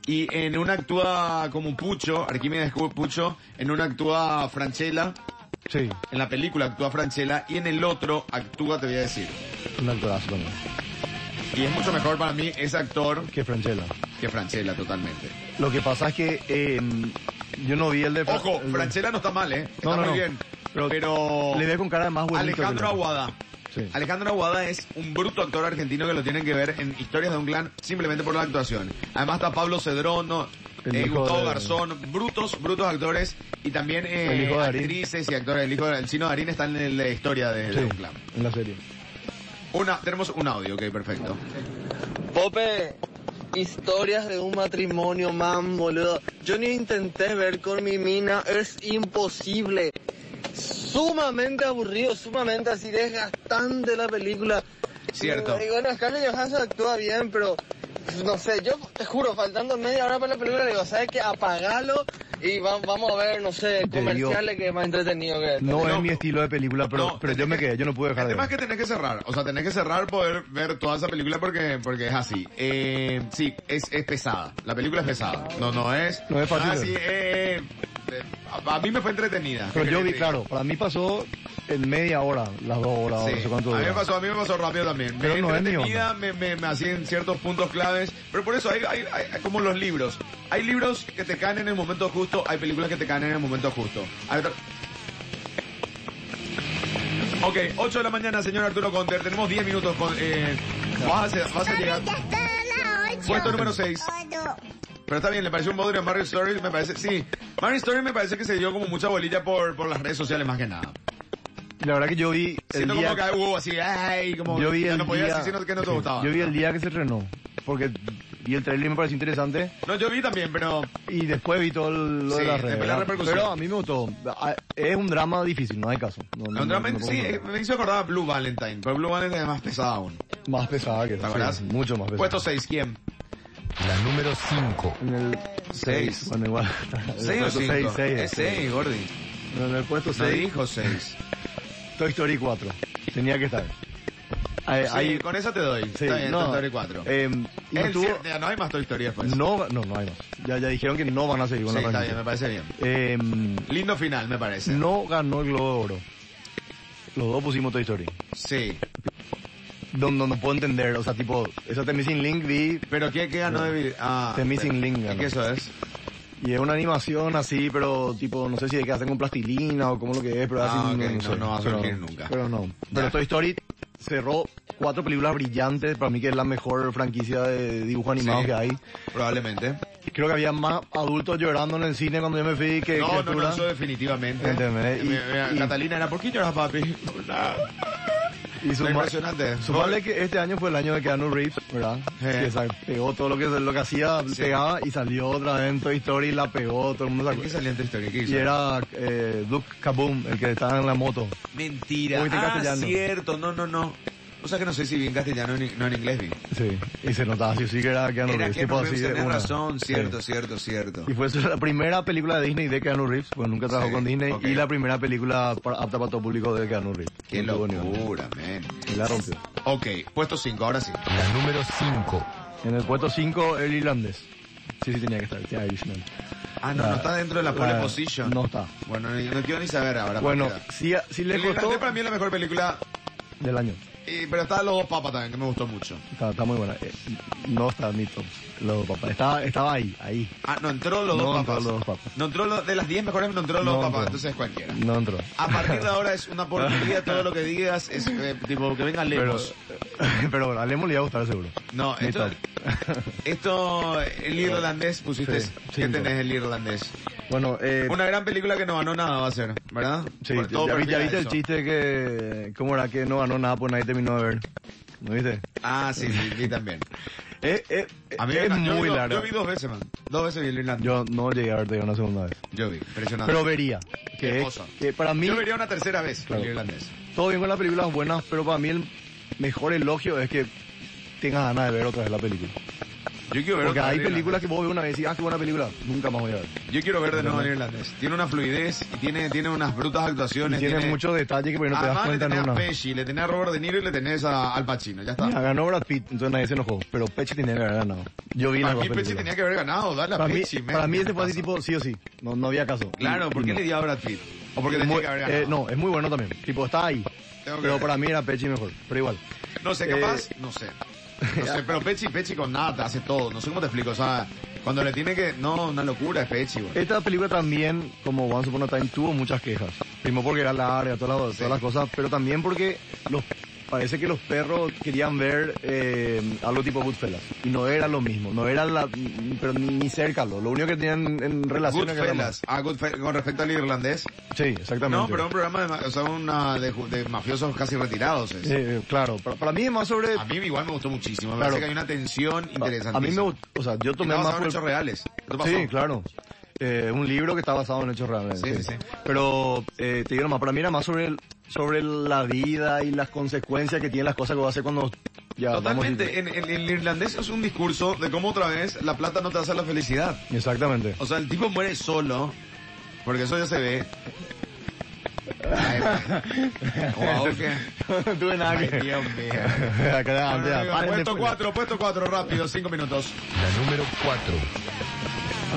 [SPEAKER 2] Y en una actúa como Pucho, Arquímedes Pucho, en una actúa Franchella,
[SPEAKER 3] Sí,
[SPEAKER 2] en la película actúa Franchella y en el otro actúa, te voy a decir.
[SPEAKER 3] un actorazo también.
[SPEAKER 2] Y es mucho mejor para mí ese actor
[SPEAKER 3] Que Franchella.
[SPEAKER 2] que Franchella totalmente.
[SPEAKER 3] Lo que pasa es que eh, yo no vi el de... Fra-
[SPEAKER 2] Ojo,
[SPEAKER 3] el de-
[SPEAKER 2] Franchella no está mal, ¿eh? Está
[SPEAKER 3] No, no,
[SPEAKER 2] muy
[SPEAKER 3] no.
[SPEAKER 2] bien. Pero,
[SPEAKER 3] Pero Le ve con cara de más bonito
[SPEAKER 2] Alejandro
[SPEAKER 3] que el otro.
[SPEAKER 2] Aguada.
[SPEAKER 3] Sí.
[SPEAKER 2] Alejandro Aguada es un bruto actor argentino que lo tienen que ver en Historias de un Clan simplemente por la actuación. Además está Pablo Cedrono,
[SPEAKER 3] El
[SPEAKER 2] eh,
[SPEAKER 3] hijo
[SPEAKER 2] Gustavo
[SPEAKER 3] de-
[SPEAKER 2] Garzón, brutos, brutos actores y también eh,
[SPEAKER 3] El hijo de Darín.
[SPEAKER 2] actrices y actores. El hijo del chino Darín está en la historia de, de
[SPEAKER 3] Sí,
[SPEAKER 2] un clan.
[SPEAKER 3] en la serie.
[SPEAKER 2] Una, tenemos un audio, ok, perfecto.
[SPEAKER 5] Pope, historias de un matrimonio, man, boludo. Yo ni intenté ver con mi mina, es imposible. Sumamente aburrido, sumamente así desgastante la película.
[SPEAKER 2] Cierto.
[SPEAKER 5] Y bueno, Scarlett Johansson actúa bien, pero no sé, yo te juro, faltando media hora para la película, le digo, ¿sabes qué? Apagalo y va- vamos a ver, no sé,
[SPEAKER 3] Te digo-
[SPEAKER 5] comerciales que es más entretenido que esto.
[SPEAKER 3] No,
[SPEAKER 2] No.
[SPEAKER 3] es mi estilo de película, pero,
[SPEAKER 2] No,
[SPEAKER 3] pero yo me quedé, yo no pude dejar
[SPEAKER 2] El
[SPEAKER 3] de
[SPEAKER 2] tema
[SPEAKER 3] ver.
[SPEAKER 2] es Este que tenés que cerrar, o sea, tenés que cerrar poder ver toda esa película porque porque es así. Eh, sí, es, es pesada, la película es pesada. No, no es...
[SPEAKER 3] No es fácil
[SPEAKER 2] Ah,
[SPEAKER 3] de
[SPEAKER 2] sí,
[SPEAKER 3] ver.
[SPEAKER 2] eh, eh, eh, a, a mí me fue entretenida.
[SPEAKER 3] Pero
[SPEAKER 2] ¿Qué
[SPEAKER 3] yo
[SPEAKER 2] querés
[SPEAKER 3] vi,
[SPEAKER 2] que-
[SPEAKER 3] claro, para mí pasó en media hora, las dos horas,
[SPEAKER 2] Sí.
[SPEAKER 3] no sé cuánto
[SPEAKER 2] a mí me
[SPEAKER 3] dura.
[SPEAKER 2] pasó, a mí me pasó rápido también.
[SPEAKER 3] Pero
[SPEAKER 2] me
[SPEAKER 3] no es mi
[SPEAKER 2] entretenía, me, me, me hacía en ciertos puntos claves, pero por eso hay, hay, hay- como los libros. Hay libros que te caen en el momento justo, hay películas que te caen en el momento justo. Hay otra- Ok, 8 de la mañana, señor Arturo Conter, tenemos 10 minutos con... Eh, vas, a, vas a llegar... Puesto número 6. Pero está bien, le pareció un bodrio a Mary Story, me parece... Sí, Mary Story me parece que se dio como mucha bolilla por, por las redes sociales más que nada.
[SPEAKER 3] La verdad que yo vi el
[SPEAKER 2] Siento
[SPEAKER 3] día...
[SPEAKER 2] como que hubo así, ay, como
[SPEAKER 3] Yo vi
[SPEAKER 2] ya
[SPEAKER 3] el
[SPEAKER 2] no podía
[SPEAKER 3] día...
[SPEAKER 2] decir sino que no te
[SPEAKER 3] sí,
[SPEAKER 2] gustaba.
[SPEAKER 3] Yo vi el día que se estrenó, porque vi el trailer y me pareció interesante,
[SPEAKER 2] No, yo vi también, pero
[SPEAKER 3] y después vi todo el- lo
[SPEAKER 2] Sí,
[SPEAKER 3] de las
[SPEAKER 2] después
[SPEAKER 3] redes.
[SPEAKER 2] la
[SPEAKER 3] ¿verdad?
[SPEAKER 2] repercusión.
[SPEAKER 3] Pero a mí me gustó. A- Es un drama difícil, no hay caso. No, no-
[SPEAKER 2] no, realmente
[SPEAKER 3] no- no-
[SPEAKER 2] sí, eh, me hizo acordar a Blue Valentine, pero Blue Valentine es más pesada aún.
[SPEAKER 3] Más pesada que
[SPEAKER 2] ¿Te acordás?
[SPEAKER 3] sí, mucho más pesada.
[SPEAKER 2] Puesto 6, ¿quién?
[SPEAKER 4] La número 5.
[SPEAKER 3] En el...
[SPEAKER 2] Seis.
[SPEAKER 3] Bueno, igual.
[SPEAKER 2] 6 o 5.
[SPEAKER 3] Eh, Seis, seis, este.
[SPEAKER 2] Es 6, Gordy.
[SPEAKER 3] En el puesto
[SPEAKER 2] No
[SPEAKER 3] 6,
[SPEAKER 2] dijo 6.
[SPEAKER 3] Toy Story 4. Tenía que estar. Ahí, ahí-
[SPEAKER 2] Ahí, con esa te doy.
[SPEAKER 3] sí,
[SPEAKER 2] Está bien, Toy Story 4.
[SPEAKER 3] Eh, y
[SPEAKER 2] Es el
[SPEAKER 3] estuvo-
[SPEAKER 2] siete, ya no hay más Toy Story después.
[SPEAKER 3] no, no, no hay más. Ya, ya dijeron que no van a seguir con
[SPEAKER 2] sí,
[SPEAKER 3] la
[SPEAKER 2] está bien, me
[SPEAKER 3] franquicia. Em,
[SPEAKER 2] parece bien. Lindo final, me parece.
[SPEAKER 3] Eh, no ganó el Globo de Oro. Los dos pusimos Toy Story.
[SPEAKER 2] Sí.
[SPEAKER 3] No, no, no puedo entender, o sea, tipo, eso de Missing Link vi,
[SPEAKER 2] Pero ¿qué, qué ganó de vi- Ah,
[SPEAKER 3] The Missing
[SPEAKER 2] pero-
[SPEAKER 3] Link
[SPEAKER 2] ¿y
[SPEAKER 3] ganó.
[SPEAKER 2] ¿Qué eso es?
[SPEAKER 3] y es una animación así, pero tipo, no sé si de qué hacen con plastilina o cómo lo que es, pero
[SPEAKER 2] Ah,
[SPEAKER 3] así
[SPEAKER 2] ok,
[SPEAKER 3] no,
[SPEAKER 2] no,
[SPEAKER 3] sé.
[SPEAKER 2] no va a
[SPEAKER 3] Pero-
[SPEAKER 2] surgir nunca.
[SPEAKER 3] Pero no.
[SPEAKER 2] Ya.
[SPEAKER 3] Pero Toy Story cerró cuatro películas brillantes, para mí que es la mejor franquicia de dibujo animado
[SPEAKER 2] Sí.
[SPEAKER 3] que hay.
[SPEAKER 2] Probablemente.
[SPEAKER 3] Creo que había más adultos llorando en el cine cuando yo me fui que
[SPEAKER 2] No, no, no,
[SPEAKER 3] criaturas.
[SPEAKER 2] eso definitivamente.
[SPEAKER 3] Entendés, y-
[SPEAKER 2] Mira, mira,
[SPEAKER 3] y-
[SPEAKER 2] Catalina era, ¿por qué lloras, papi? Nada.
[SPEAKER 3] Y suma-
[SPEAKER 2] Impresionante.
[SPEAKER 3] Sumarle que este año fue el año de Keanu Reeves, ¿verdad?
[SPEAKER 2] Eh.
[SPEAKER 3] Que sa- pegó todo lo que, lo que hacía,
[SPEAKER 2] Sí.
[SPEAKER 3] pegaba y salió otra vez en Toy Story, la pegó, todo el mundo
[SPEAKER 2] ¿Qué
[SPEAKER 3] sacó.
[SPEAKER 2] salía en tu historia? ¿Qué hizo?
[SPEAKER 3] Y era eh, Duke Kaboom, el que estaba en la moto.
[SPEAKER 2] Mentira.
[SPEAKER 3] Uy, de
[SPEAKER 2] Ah,
[SPEAKER 3] castellano.
[SPEAKER 2] cierto. No, no, no. O sea que no sé si vi en castellano ni- no en inglés vi.
[SPEAKER 3] Sí. Y se notaba así, sí que era Keanu
[SPEAKER 2] Era
[SPEAKER 3] Reeves.
[SPEAKER 2] que
[SPEAKER 3] tipo
[SPEAKER 2] no
[SPEAKER 3] así de
[SPEAKER 2] tenés
[SPEAKER 3] una.
[SPEAKER 2] razón.
[SPEAKER 3] Sí.
[SPEAKER 2] Cierto, cierto, cierto.
[SPEAKER 3] Y fue su- la primera película de Disney de Keanu Reeves, pues nunca trabajó
[SPEAKER 2] Sí,
[SPEAKER 3] con Disney,
[SPEAKER 2] ok.
[SPEAKER 3] y la primera película para- apta para todo público de Keanu Reeves.
[SPEAKER 2] Qué
[SPEAKER 3] No tuvo ni uno.
[SPEAKER 2] locura, man.
[SPEAKER 3] Y la rompió.
[SPEAKER 2] Ok, puesto 5, ahora sí.
[SPEAKER 4] La número 5.
[SPEAKER 3] En el puesto 5, el irlandés. Sí, sí, tenía que estar. The Irishman.
[SPEAKER 2] Ah, no,
[SPEAKER 3] La-
[SPEAKER 2] no está dentro de la pole
[SPEAKER 3] la-
[SPEAKER 2] position.
[SPEAKER 3] Ah, no está.
[SPEAKER 2] Bueno, ni- no quiero ni saber ahora.
[SPEAKER 3] Bueno,
[SPEAKER 2] porque-
[SPEAKER 3] si, si le
[SPEAKER 2] El Irlandés
[SPEAKER 3] costó...
[SPEAKER 2] para mí es la mejor película,
[SPEAKER 3] Del año.
[SPEAKER 2] y- pero está Los dos papas también, que me gustó mucho.
[SPEAKER 3] Está, está muy buena. Eh, no está mi top. Los papás. Estaba, estaba ahí, ahí.
[SPEAKER 2] Ah, no entró Los
[SPEAKER 3] No
[SPEAKER 2] dos
[SPEAKER 3] entró
[SPEAKER 2] papas.
[SPEAKER 3] Los Dos Papas.
[SPEAKER 2] No entró lo- de las 10 mejores, no entró Los
[SPEAKER 3] No
[SPEAKER 2] dos papas,
[SPEAKER 3] entró.
[SPEAKER 2] entonces es cualquiera.
[SPEAKER 3] No entró.
[SPEAKER 2] A partir de ahora es una porquería, todo lo que digas es eh, tipo que venga
[SPEAKER 3] Pero,
[SPEAKER 2] lejos.
[SPEAKER 3] pero bueno, a Lemos le iba a gustar seguro.
[SPEAKER 2] No,
[SPEAKER 3] Mi
[SPEAKER 2] esto,
[SPEAKER 3] top.
[SPEAKER 2] esto, el irlandés pusiste,
[SPEAKER 3] Sí,
[SPEAKER 2] ¿qué
[SPEAKER 3] cinco.
[SPEAKER 2] tenés el irlandés?
[SPEAKER 3] Bueno, eh,
[SPEAKER 2] Una gran película que no ganó nada va a ser, ¿verdad?
[SPEAKER 3] sí,
[SPEAKER 2] Por todo
[SPEAKER 3] ya, vi-
[SPEAKER 2] perfila
[SPEAKER 3] ya viste el
[SPEAKER 2] eso.
[SPEAKER 3] chiste que... ¿Cómo era que no ganó nada por nadie terminó de ver? ¿No viste?
[SPEAKER 2] Ah, sí, sí, vi también.
[SPEAKER 3] Eh, eh,
[SPEAKER 2] A mí me
[SPEAKER 3] es
[SPEAKER 2] encanta. yo, vi
[SPEAKER 3] muy
[SPEAKER 2] dos-
[SPEAKER 3] largo.
[SPEAKER 2] yo vi dos veces, man. Dos veces vi el irlandés. Yo,
[SPEAKER 3] Yo no llegué a verte una segunda vez.
[SPEAKER 2] vi, impresionante.
[SPEAKER 3] Pero vería.
[SPEAKER 2] Qué
[SPEAKER 3] Que,
[SPEAKER 2] cosa.
[SPEAKER 3] que para mí,
[SPEAKER 2] Yo vería una tercera vez
[SPEAKER 3] Claro.
[SPEAKER 2] el irlandés.
[SPEAKER 3] todo bien con las películas buenas, pero para mí el mejor elogio es que tengas ganas de ver otra vez la película.
[SPEAKER 2] Yo quiero ver
[SPEAKER 3] Porque
[SPEAKER 2] otra
[SPEAKER 3] hay
[SPEAKER 2] vez el
[SPEAKER 3] películas que vos ves una vez y ah, qué buena película, nunca más voy a ver.
[SPEAKER 2] irlandés. Yo quiero ver de nuevo el irlandés. Tiene una fluidez, y tiene, tiene unas brutas
[SPEAKER 3] Y
[SPEAKER 2] actuaciones.
[SPEAKER 3] tiene muchos detalles que por ahí no te das
[SPEAKER 2] Además, le
[SPEAKER 3] cuenta en
[SPEAKER 2] tenés a
[SPEAKER 3] una.
[SPEAKER 2] Pesci, le tenés a Robert De Niro y le tenés a Al Pacino, ya está.
[SPEAKER 3] Mira, ganó Brad Pitt, entonces nadie se enojó, pero Peche tenía que haber ganado. Yo vi
[SPEAKER 2] para
[SPEAKER 3] las
[SPEAKER 2] mí Pesci
[SPEAKER 3] dos películas.
[SPEAKER 2] tenía que haber ganado, dale a
[SPEAKER 3] Para mí,
[SPEAKER 2] Pesci. men,
[SPEAKER 3] para mí
[SPEAKER 2] ¿qué
[SPEAKER 3] este fue así
[SPEAKER 2] pasa?
[SPEAKER 3] tipo sí o sí, no, no había caso.
[SPEAKER 2] Claro, ¿por qué
[SPEAKER 3] no.
[SPEAKER 2] le di a Brad Pitt? O porque
[SPEAKER 3] Es
[SPEAKER 2] tenía
[SPEAKER 3] muy-
[SPEAKER 2] que haber ganado.
[SPEAKER 3] eh, no, es muy bueno también. Tipo, está ahí.
[SPEAKER 2] Tengo que
[SPEAKER 3] Pero
[SPEAKER 2] ver.
[SPEAKER 3] para mí era Peche mejor, pero igual.
[SPEAKER 2] No sé,
[SPEAKER 3] Eh,
[SPEAKER 2] capaz, no sé. No sé, pero Pechi, Pechi con nada te hace todo. No sé cómo te explico, o sea, cuando le tiene que... No, una locura es Pechi, güey.
[SPEAKER 3] Esta película también, como Once Upon a Time, tuvo muchas quejas. Primero porque era larga, todas las, todas las cosas, pero también porque los, parece que los perros querían ver eh, algo tipo Goodfellas. Y no era lo mismo, no era la, pero ni, ni cerca. Lo, lo único que tenían en relación era que era
[SPEAKER 2] Goodfellas. Ah, Goodfe- con respecto al irlandés.
[SPEAKER 3] más- Sí, exactamente.
[SPEAKER 2] No, pero un programa de, ma- o sea, una de, ju- de mafiosos casi retirados. es.
[SPEAKER 3] Eh, claro, para, para mí es más sobre...
[SPEAKER 2] A mí igual me gustó muchísimo. Me
[SPEAKER 3] Claro.
[SPEAKER 2] parece que hay una tensión interesante.
[SPEAKER 3] A mí me gustó, o sea, yo tomé más por-
[SPEAKER 2] hechos reales. ¿Esto pasó?
[SPEAKER 3] Sí, claro. Eh, un libro que está basado en hechos reales.
[SPEAKER 2] Sí, sí, sí.
[SPEAKER 3] Pero eh, te digo nomás, para mí era más sobre, el- sobre la vida y las consecuencias que tienen las cosas que vas a hacer cuando ya
[SPEAKER 2] Totalmente.
[SPEAKER 3] vamos
[SPEAKER 2] En, en- el irlandés es un discurso de cómo otra vez la plata no te hace la felicidad.
[SPEAKER 3] a- Exactamente.
[SPEAKER 2] O sea, el tipo muere solo, porque eso ya se ve. Ay, wow, qué-
[SPEAKER 3] no tuve nada
[SPEAKER 2] Ay,
[SPEAKER 3] que... Ah,
[SPEAKER 2] Dios mío.
[SPEAKER 3] Acá, ya,
[SPEAKER 2] Bueno,
[SPEAKER 3] ya,
[SPEAKER 2] amigo,
[SPEAKER 3] paren de-
[SPEAKER 2] Ah, puesto 4, puesto 4, rápido, 5 minutos.
[SPEAKER 4] La número 4.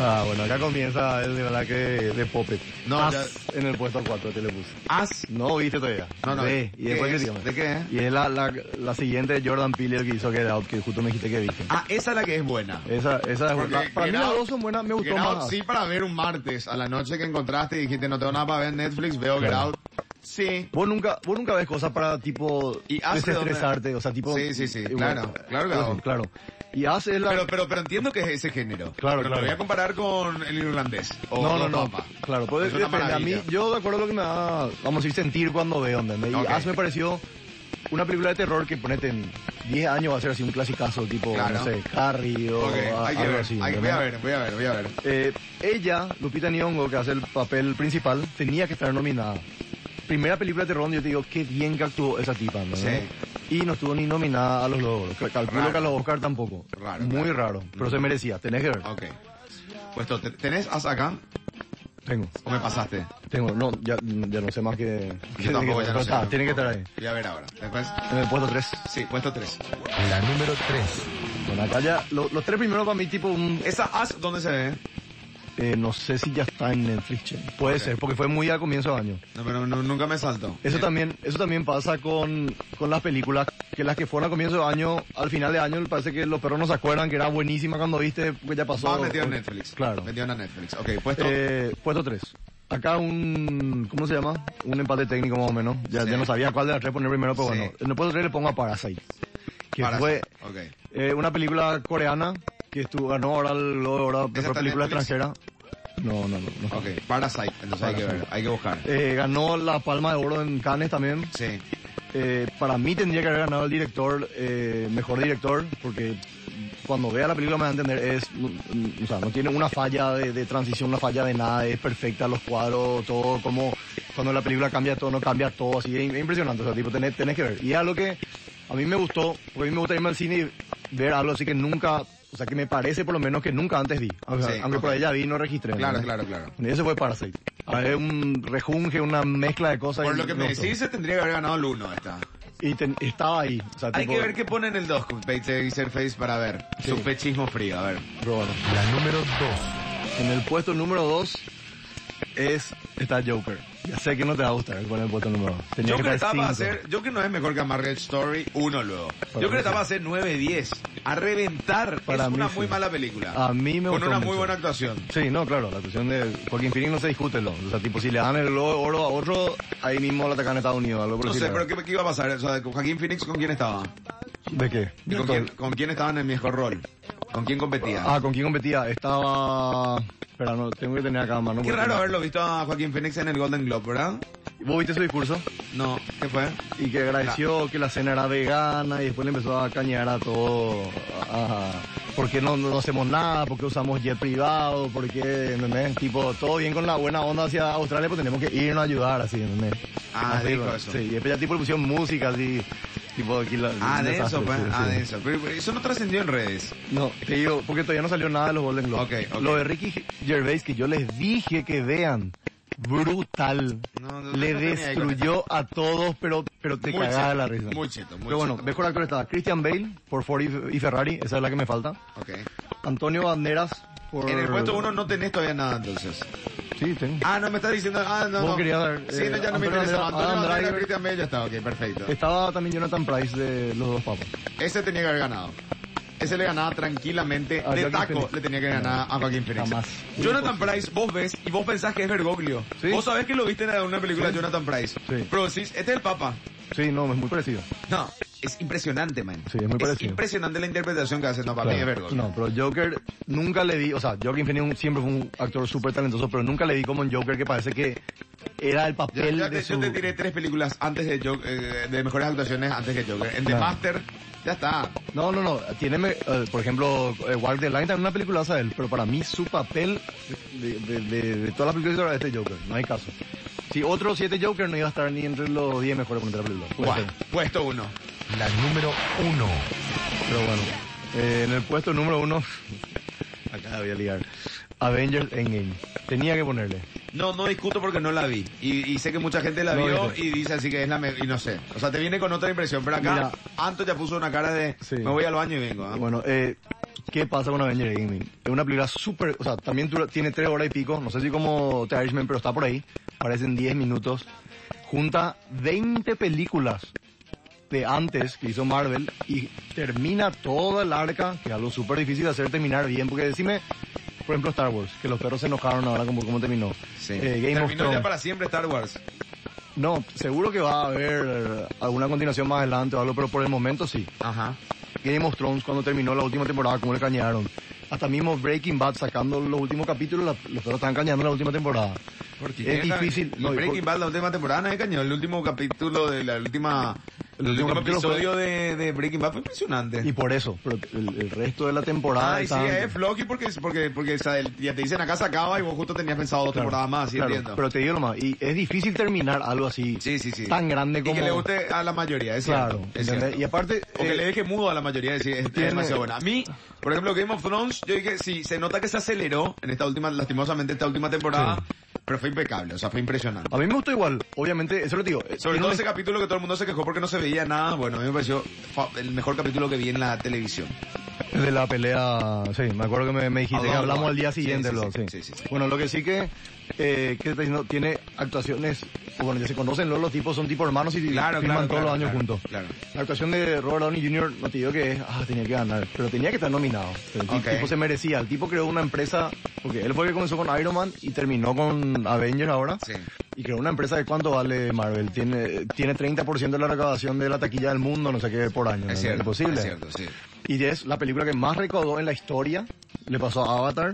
[SPEAKER 3] Ah, bueno, acá comienza el de verdad que de Poppet.
[SPEAKER 2] No,
[SPEAKER 3] As
[SPEAKER 2] ya-
[SPEAKER 3] en el puesto 4 te le puse.
[SPEAKER 2] As.
[SPEAKER 3] No viste todavía.
[SPEAKER 2] No, no,
[SPEAKER 3] Ve,
[SPEAKER 2] ¿qué
[SPEAKER 3] y después
[SPEAKER 2] es?
[SPEAKER 3] critícame.
[SPEAKER 2] ¿De qué, eh?
[SPEAKER 3] Y es la, la, la siguiente de Jordan Peele el que hizo Get Out, que justo me dijiste que viste.
[SPEAKER 2] Ah, esa es la que es buena.
[SPEAKER 3] Esa, esa es
[SPEAKER 2] Porque
[SPEAKER 3] buena. Eh, Para mí
[SPEAKER 2] Get
[SPEAKER 3] las
[SPEAKER 2] Out-
[SPEAKER 3] dos son buenas, me gustó
[SPEAKER 2] Get Out
[SPEAKER 3] más.
[SPEAKER 2] sí, para ver un martes a la noche que encontraste y dijiste, no tengo nada para ver en Netflix, veo Get
[SPEAKER 3] Claro.
[SPEAKER 2] Out. Sí.
[SPEAKER 3] Vos nunca, vos nunca ves cosas para tipo
[SPEAKER 2] Y hace
[SPEAKER 3] desestresarte,
[SPEAKER 2] donde-
[SPEAKER 3] o sea, tipo.
[SPEAKER 2] Sí, sí, sí,
[SPEAKER 3] igual,
[SPEAKER 2] claro, claro que
[SPEAKER 3] sí,
[SPEAKER 2] hago.
[SPEAKER 3] claro. Y hace la.
[SPEAKER 2] Pero, pero, pero entiendo que es ese género. pero
[SPEAKER 3] Claro,
[SPEAKER 2] lo
[SPEAKER 3] claro.
[SPEAKER 2] voy a comparar con el irlandés. O
[SPEAKER 3] no, no,
[SPEAKER 2] con
[SPEAKER 3] no.
[SPEAKER 2] Papa.
[SPEAKER 3] Claro, pues
[SPEAKER 2] oh, Es una
[SPEAKER 3] depende. A mí,
[SPEAKER 2] maravilla.
[SPEAKER 3] yo de acuerdo a lo que me da, vamos a decir, sentir cuando veo, ¿entendés? Y
[SPEAKER 2] Ok.
[SPEAKER 3] hace me pareció una película de terror que ponete en 10 años va a ser así un clasicazo, tipo,
[SPEAKER 2] Claro.
[SPEAKER 3] no sé, Harry o
[SPEAKER 2] Ok,
[SPEAKER 3] a-
[SPEAKER 2] hay que
[SPEAKER 3] algo
[SPEAKER 2] ver,
[SPEAKER 3] así.
[SPEAKER 2] hay- voy
[SPEAKER 3] ¿entendés?
[SPEAKER 2] a ver, voy a ver, voy a ver.
[SPEAKER 3] Eh, ella, Lupita Nyong'o, que hace el papel principal, tenía que estar nominada. Primera película de terror donde yo te digo qué bien que actuó esa tipa, ¿no?
[SPEAKER 2] Sí.
[SPEAKER 3] Y no estuvo ni nominada a los logros. Calculo
[SPEAKER 2] Raro.
[SPEAKER 3] que a los Oscar tampoco.
[SPEAKER 2] Raro,
[SPEAKER 3] Muy
[SPEAKER 2] claro.
[SPEAKER 3] raro, pero se merecía. Tenés que ver.
[SPEAKER 2] Ok. Puesto, ¿te- ¿tenés As acá
[SPEAKER 3] Tengo,
[SPEAKER 2] o me pasaste?
[SPEAKER 3] tengo. No, ya, ya no sé más que...
[SPEAKER 2] Yo tampoco, ya
[SPEAKER 3] pero
[SPEAKER 2] no sé.
[SPEAKER 3] está, tiene que estar ahí.
[SPEAKER 2] Voy a ver ahora. Después,
[SPEAKER 3] En el puesto 3.
[SPEAKER 2] sí, puesto 3.
[SPEAKER 4] La número 3.
[SPEAKER 3] Bueno, acá ya... lo- los tres primeros para mí tipo un...
[SPEAKER 2] ¿Esa as dónde se ve?
[SPEAKER 3] eh, no sé si ya está en Netflix. che. Puede
[SPEAKER 2] Ok.
[SPEAKER 3] ser, porque fue muy al comienzo de año.
[SPEAKER 2] No, pero no- nunca me saltó.
[SPEAKER 3] Eso también, eso también pasa con, con las películas, que las que fueron a comienzo de año, al final de año parece que los perros no se acuerdan que era buenísima cuando viste, que ya pasó.
[SPEAKER 2] Ah, metido en
[SPEAKER 3] O-
[SPEAKER 2] Netflix.
[SPEAKER 3] Claro.
[SPEAKER 2] Metido en Netflix. Ok, puesto.
[SPEAKER 3] Eh, puesto 3. Acá un, ¿cómo se llama? Un empate técnico más o menos. Ya,
[SPEAKER 2] Sí.
[SPEAKER 3] ya no sabía cuál de las tres poner primero, pero
[SPEAKER 2] Sí.
[SPEAKER 3] bueno. En el puesto 3 le pongo a Parasite. Que
[SPEAKER 2] para-
[SPEAKER 3] fue
[SPEAKER 2] Ok.
[SPEAKER 3] eh, una película coreana que estuvo, ganó ahora el Globo de Oro a
[SPEAKER 2] ¿Esa
[SPEAKER 3] mejor
[SPEAKER 2] está en
[SPEAKER 3] película
[SPEAKER 2] Netflix?
[SPEAKER 3] extranjera. No, no, no. no.
[SPEAKER 2] Ok, Parasite. Entonces hay que ver, hay que buscar.
[SPEAKER 3] Eh, ganó la Palma de Oro en Cannes también.
[SPEAKER 2] Sí.
[SPEAKER 3] Eh, para mí tendría que haber ganado el director, eh, mejor director, porque cuando vea la película me va a entender, es, mm, o sea, no tiene una falla de, de transición, una falla de nada, es perfecta, los cuadros, todo, como cuando la película cambia todo, no cambia todo, así, es, es impresionante, o sea, tipo, tenés, tenés que ver. Y es algo que a mí me gustó, porque a mí me gusta irme al cine y ver algo así que nunca, o sea, que me parece por lo menos que nunca antes vi, O sea,
[SPEAKER 2] Sí,
[SPEAKER 3] aunque
[SPEAKER 2] ok.
[SPEAKER 3] por ahí ya vi, no registré.
[SPEAKER 2] Claro,
[SPEAKER 3] ¿no?
[SPEAKER 2] claro, claro.
[SPEAKER 3] Y eso fue Parasite. A ver, un rejunge, una mezcla de cosas.
[SPEAKER 2] Por
[SPEAKER 3] y
[SPEAKER 2] lo que me
[SPEAKER 3] gustó.
[SPEAKER 2] decís, se tendría que haber ganado el 1 esta.
[SPEAKER 3] Y ten- estaba ahí. O sea,
[SPEAKER 2] Hay
[SPEAKER 3] tipo,
[SPEAKER 2] que ver qué pone en el 2, dice Surface, para ver.
[SPEAKER 3] Sí.
[SPEAKER 2] Su pechismo frío, a ver.
[SPEAKER 3] pero bueno.
[SPEAKER 4] La número 2.
[SPEAKER 3] En el puesto número 2 es, está Joker. Ya sé que no te va a gustar con el puesto número 2. Tenía
[SPEAKER 2] Joker
[SPEAKER 3] que
[SPEAKER 2] está
[SPEAKER 3] estar
[SPEAKER 2] para
[SPEAKER 3] 5.
[SPEAKER 2] hacer, Joker no es mejor que Amarred Story 1 luego. Joker
[SPEAKER 3] mí
[SPEAKER 2] está
[SPEAKER 3] sí.
[SPEAKER 2] para hacer 9-10. A reventar.
[SPEAKER 3] Para
[SPEAKER 2] es
[SPEAKER 3] mí
[SPEAKER 2] una
[SPEAKER 3] sí.
[SPEAKER 2] muy mala película.
[SPEAKER 3] A mí me
[SPEAKER 2] Con
[SPEAKER 3] gustó
[SPEAKER 2] una muy
[SPEAKER 3] mucho.
[SPEAKER 2] buena actuación.
[SPEAKER 3] Sí, no, claro, la cuestión de... Porque Phoenix no se discute, lo. O sea, tipo, si le dan el globo de oro a otro, ahí mismo lo atacan a Estados Unidos. Algo por
[SPEAKER 2] No
[SPEAKER 3] el
[SPEAKER 2] sé,
[SPEAKER 3] estilo.
[SPEAKER 2] pero ¿qué, qué iba a pasar? O sea, ¿con Joaquín Phoenix con quién estaba?
[SPEAKER 3] ¿De qué?
[SPEAKER 2] ¿Y con, quién, con quién estaba en el mejor rol? ¿Con quién competía?
[SPEAKER 3] Ah, ¿con quién competía? Estaba... Espera, no, tengo que tener acá a mano.
[SPEAKER 2] Qué
[SPEAKER 3] porque-
[SPEAKER 2] raro haberlo visto a Joaquín Phoenix en el Golden Globe, ¿verdad?
[SPEAKER 3] Vos viste su discurso
[SPEAKER 2] No, ¿qué fue?
[SPEAKER 3] y que agradeció que la cena era vegana y después le empezó a cañar a todo. A, ¿Por qué no, no hacemos nada? ¿Por qué usamos jet privado? ¿Por qué? ¿entendés? Tipo, todo bien con la buena onda hacia Australia, pues tenemos que irnos a ayudar, así, ¿entendés?
[SPEAKER 2] Ah,
[SPEAKER 3] Así,
[SPEAKER 2] dijo
[SPEAKER 3] pues,
[SPEAKER 2] eso.
[SPEAKER 3] Sí, y después ya tipo le pusieron música, así, tipo aquí la...
[SPEAKER 2] Ah,
[SPEAKER 3] un
[SPEAKER 2] de
[SPEAKER 3] desastre,
[SPEAKER 2] eso, pues.
[SPEAKER 3] sí,
[SPEAKER 2] Ah,
[SPEAKER 3] sí.
[SPEAKER 2] de eso. Pero pero eso no trascendió en redes.
[SPEAKER 3] No, te digo, porque todavía no salió nada de los Golden Globes.
[SPEAKER 2] Ok, ok.
[SPEAKER 3] Lo de Ricky Gervais que yo les dije que vean, brutal.
[SPEAKER 2] No, no,
[SPEAKER 3] Le
[SPEAKER 2] no tenía ahí con
[SPEAKER 3] destruyó a todos, pero pero te
[SPEAKER 2] Muy
[SPEAKER 3] cagaba
[SPEAKER 2] cheto,
[SPEAKER 3] la risa.
[SPEAKER 2] muy cheto, muy
[SPEAKER 3] Pero bueno,
[SPEAKER 2] cheto.
[SPEAKER 3] mejor actor estaba Christian Bale por Ford y, y Ferrari, esa es la que me falta.
[SPEAKER 2] Ok.
[SPEAKER 3] Antonio Banderas por...
[SPEAKER 2] En el puesto uno no tenés todavía nada, entonces.
[SPEAKER 3] Sí, tengo.
[SPEAKER 2] Ah, no, me estás diciendo... Ah, no,
[SPEAKER 3] Vos
[SPEAKER 2] no.
[SPEAKER 3] querías ver,
[SPEAKER 2] Sí,
[SPEAKER 3] eh,
[SPEAKER 2] no, ya no me
[SPEAKER 3] Antonio
[SPEAKER 2] interesa.
[SPEAKER 3] Banderas,
[SPEAKER 2] Antonio
[SPEAKER 3] Adam
[SPEAKER 2] Banderas,
[SPEAKER 3] Driver.
[SPEAKER 2] Cristian Bell, ya está. Ok, perfecto.
[SPEAKER 3] Estaba también Jonathan Price de Los Dos Papas.
[SPEAKER 2] Ese tenía que haber ganado. Ese le ganaba tranquilamente.
[SPEAKER 3] A
[SPEAKER 2] de
[SPEAKER 3] Joaquin
[SPEAKER 2] taco
[SPEAKER 3] Phoenix.
[SPEAKER 2] le tenía que ganar a Joaquín Phoenix.
[SPEAKER 3] Jamás.
[SPEAKER 2] Jonathan Price, vos ves y vos pensás que es Bergoglio.
[SPEAKER 3] Sí.
[SPEAKER 2] Vos sabés que lo viste en una película de
[SPEAKER 3] Sí.
[SPEAKER 2] Jonathan Price.
[SPEAKER 3] Sí.
[SPEAKER 2] Pero decís, este es el Papa.
[SPEAKER 3] Sí, no, es muy parecido.
[SPEAKER 2] No, es impresionante, man.
[SPEAKER 3] Sí, es muy parecido.
[SPEAKER 2] impresionante la interpretación que hace. No, para mí es
[SPEAKER 3] Claro.
[SPEAKER 2] Bergoglio.
[SPEAKER 3] No, pero Joker nunca le vi, o sea, Joaquin Phoenix siempre fue un actor súper talentoso, pero nunca le vi como en Joker que parece que era el
[SPEAKER 2] Ya-
[SPEAKER 3] papel
[SPEAKER 2] ya te-
[SPEAKER 3] de su...
[SPEAKER 2] Yo te tiré tres películas antes de Joker, eh, de mejores actuaciones antes que Joker. En The
[SPEAKER 3] Claro.
[SPEAKER 2] Master, ya está.
[SPEAKER 3] No, no, no, tiene, me- eh, por ejemplo, eh, Walk the Line también una peliculaza de él, pero para mí su papel de, de, de, de todas las películas es de este Joker, no hay caso. Si otros siete Joker no iba a estar ni entre los 10 mejores contra la película. Puede
[SPEAKER 2] Guau,
[SPEAKER 3] ser.
[SPEAKER 2] puesto uno.
[SPEAKER 4] La número 1.
[SPEAKER 3] Pero bueno, eh, en el puesto número uno, acá voy a liar, Avengers Endgame. Tenía que ponerle.
[SPEAKER 2] No, no discuto porque no la vi. Y, y sé que mucha gente la
[SPEAKER 3] No,
[SPEAKER 2] vio
[SPEAKER 3] viste.
[SPEAKER 2] y dice así que es la me y no sé. O sea, te viene con otra impresión. Pero acá,
[SPEAKER 3] Mira.
[SPEAKER 2] Anto ya puso una cara de
[SPEAKER 3] Sí.
[SPEAKER 2] me voy al baño y vengo. ¿ah?
[SPEAKER 3] Bueno, eh, ¿qué pasa con Avengers Gaming? Es una película súper, o sea, también dura- tiene tres horas y pico, no sé si como The Irishman, pero está por ahí, aparecen 10 minutos, junta 20 películas de antes que hizo Marvel y termina toda el arca, que es algo súper difícil de hacer terminar bien, porque decime, por ejemplo, Star Wars, que los perros se enojaron ahora como, como terminó.
[SPEAKER 2] Sí.
[SPEAKER 3] Eh, Game of
[SPEAKER 2] Terminó
[SPEAKER 3] Thrones.
[SPEAKER 2] ya para siempre Star Wars.
[SPEAKER 3] No, seguro que va a haber alguna continuación más adelante o algo, pero por el momento sí.
[SPEAKER 2] Ajá.
[SPEAKER 3] Game of Thrones cuando terminó la última temporada, cómo le cañaron. Hasta mismo Breaking Bad sacando los últimos capítulos, la- los perros están cañando la última temporada.
[SPEAKER 2] Porque
[SPEAKER 3] es difícil.
[SPEAKER 2] No,
[SPEAKER 3] no, y por-
[SPEAKER 2] Breaking Bad, la última temporada, no es cañón. El último capítulo de la última... El,
[SPEAKER 3] El último
[SPEAKER 2] último
[SPEAKER 3] capítulo
[SPEAKER 2] episodio de, de Breaking Bad fue impresionante.
[SPEAKER 3] y por eso, pero el, el resto de la temporada...
[SPEAKER 2] Ah, y sí,
[SPEAKER 3] están-
[SPEAKER 2] es Floki porque, porque, porque o sea, el- ya te dicen acá se acaba y vos justo tenías pensado dos
[SPEAKER 3] Claro,
[SPEAKER 2] temporadas más, sí
[SPEAKER 3] claro,
[SPEAKER 2] entiendo.
[SPEAKER 3] Pero te digo nomás, y es difícil terminar algo así,
[SPEAKER 2] sí, sí, sí.
[SPEAKER 3] tan grande
[SPEAKER 2] Y
[SPEAKER 3] como...
[SPEAKER 2] que le guste a la mayoría, es
[SPEAKER 3] Claro,
[SPEAKER 2] cierto. es
[SPEAKER 3] ¿entendés?
[SPEAKER 2] cierto.
[SPEAKER 3] Y aparte,
[SPEAKER 2] O que
[SPEAKER 3] eh,
[SPEAKER 2] le deje mudo a la mayoría, es, es, es
[SPEAKER 3] tiene- Ah.
[SPEAKER 2] demasiado buena. A mí, por ejemplo, Game of Thrones, yo dije, sí, se nota que se aceleró en esta última, lastimosamente esta última temporada, pero fue impecable, o sea, fue impresionante.
[SPEAKER 3] A mí me gustó igual, obviamente, eso lo digo. eh,
[SPEAKER 2] Sobre
[SPEAKER 3] tiene
[SPEAKER 2] todo
[SPEAKER 3] un-
[SPEAKER 2] ese capítulo que todo el mundo se quejó porque no se veía nada, bueno, a mí me pareció fa- el mejor capítulo que vi en la televisión.
[SPEAKER 3] De la pelea, sí, me acuerdo que me, me dijiste
[SPEAKER 2] Hablamos,
[SPEAKER 3] que hablamos al día
[SPEAKER 2] sí,
[SPEAKER 3] siguiente,
[SPEAKER 2] sí,
[SPEAKER 3] luego,
[SPEAKER 2] sí,
[SPEAKER 3] sí,
[SPEAKER 2] sí, sí, sí.
[SPEAKER 3] Bueno, lo que sí que, eh, que está diciendo, tiene actuaciones, bueno, ya se conocen los, los tipos, son tipo hermanos y
[SPEAKER 2] Claro, claro,
[SPEAKER 3] firman todos
[SPEAKER 2] claro,
[SPEAKER 3] los años
[SPEAKER 2] claro,
[SPEAKER 3] juntos.
[SPEAKER 2] claro.
[SPEAKER 3] La actuación de Robert Downey Jr., no te digo que es, ah, tenía que ganar, pero tenía que estar nominado. El
[SPEAKER 2] Ok.
[SPEAKER 3] tipo se merecía, el tipo creó una empresa, porque él fue el que comenzó con Iron Man y terminó con Avengers ahora.
[SPEAKER 2] Sí.
[SPEAKER 3] Y creó una empresa de cuánto vale Marvel. Tiene, tiene 30% de la recaudación de la taquilla del mundo, no sé qué, por año. ¿no?
[SPEAKER 2] Es cierto,
[SPEAKER 3] Imposible.
[SPEAKER 2] es cierto, sí.
[SPEAKER 3] Y es la película que más recaudó en la historia. Le pasó a Avatar.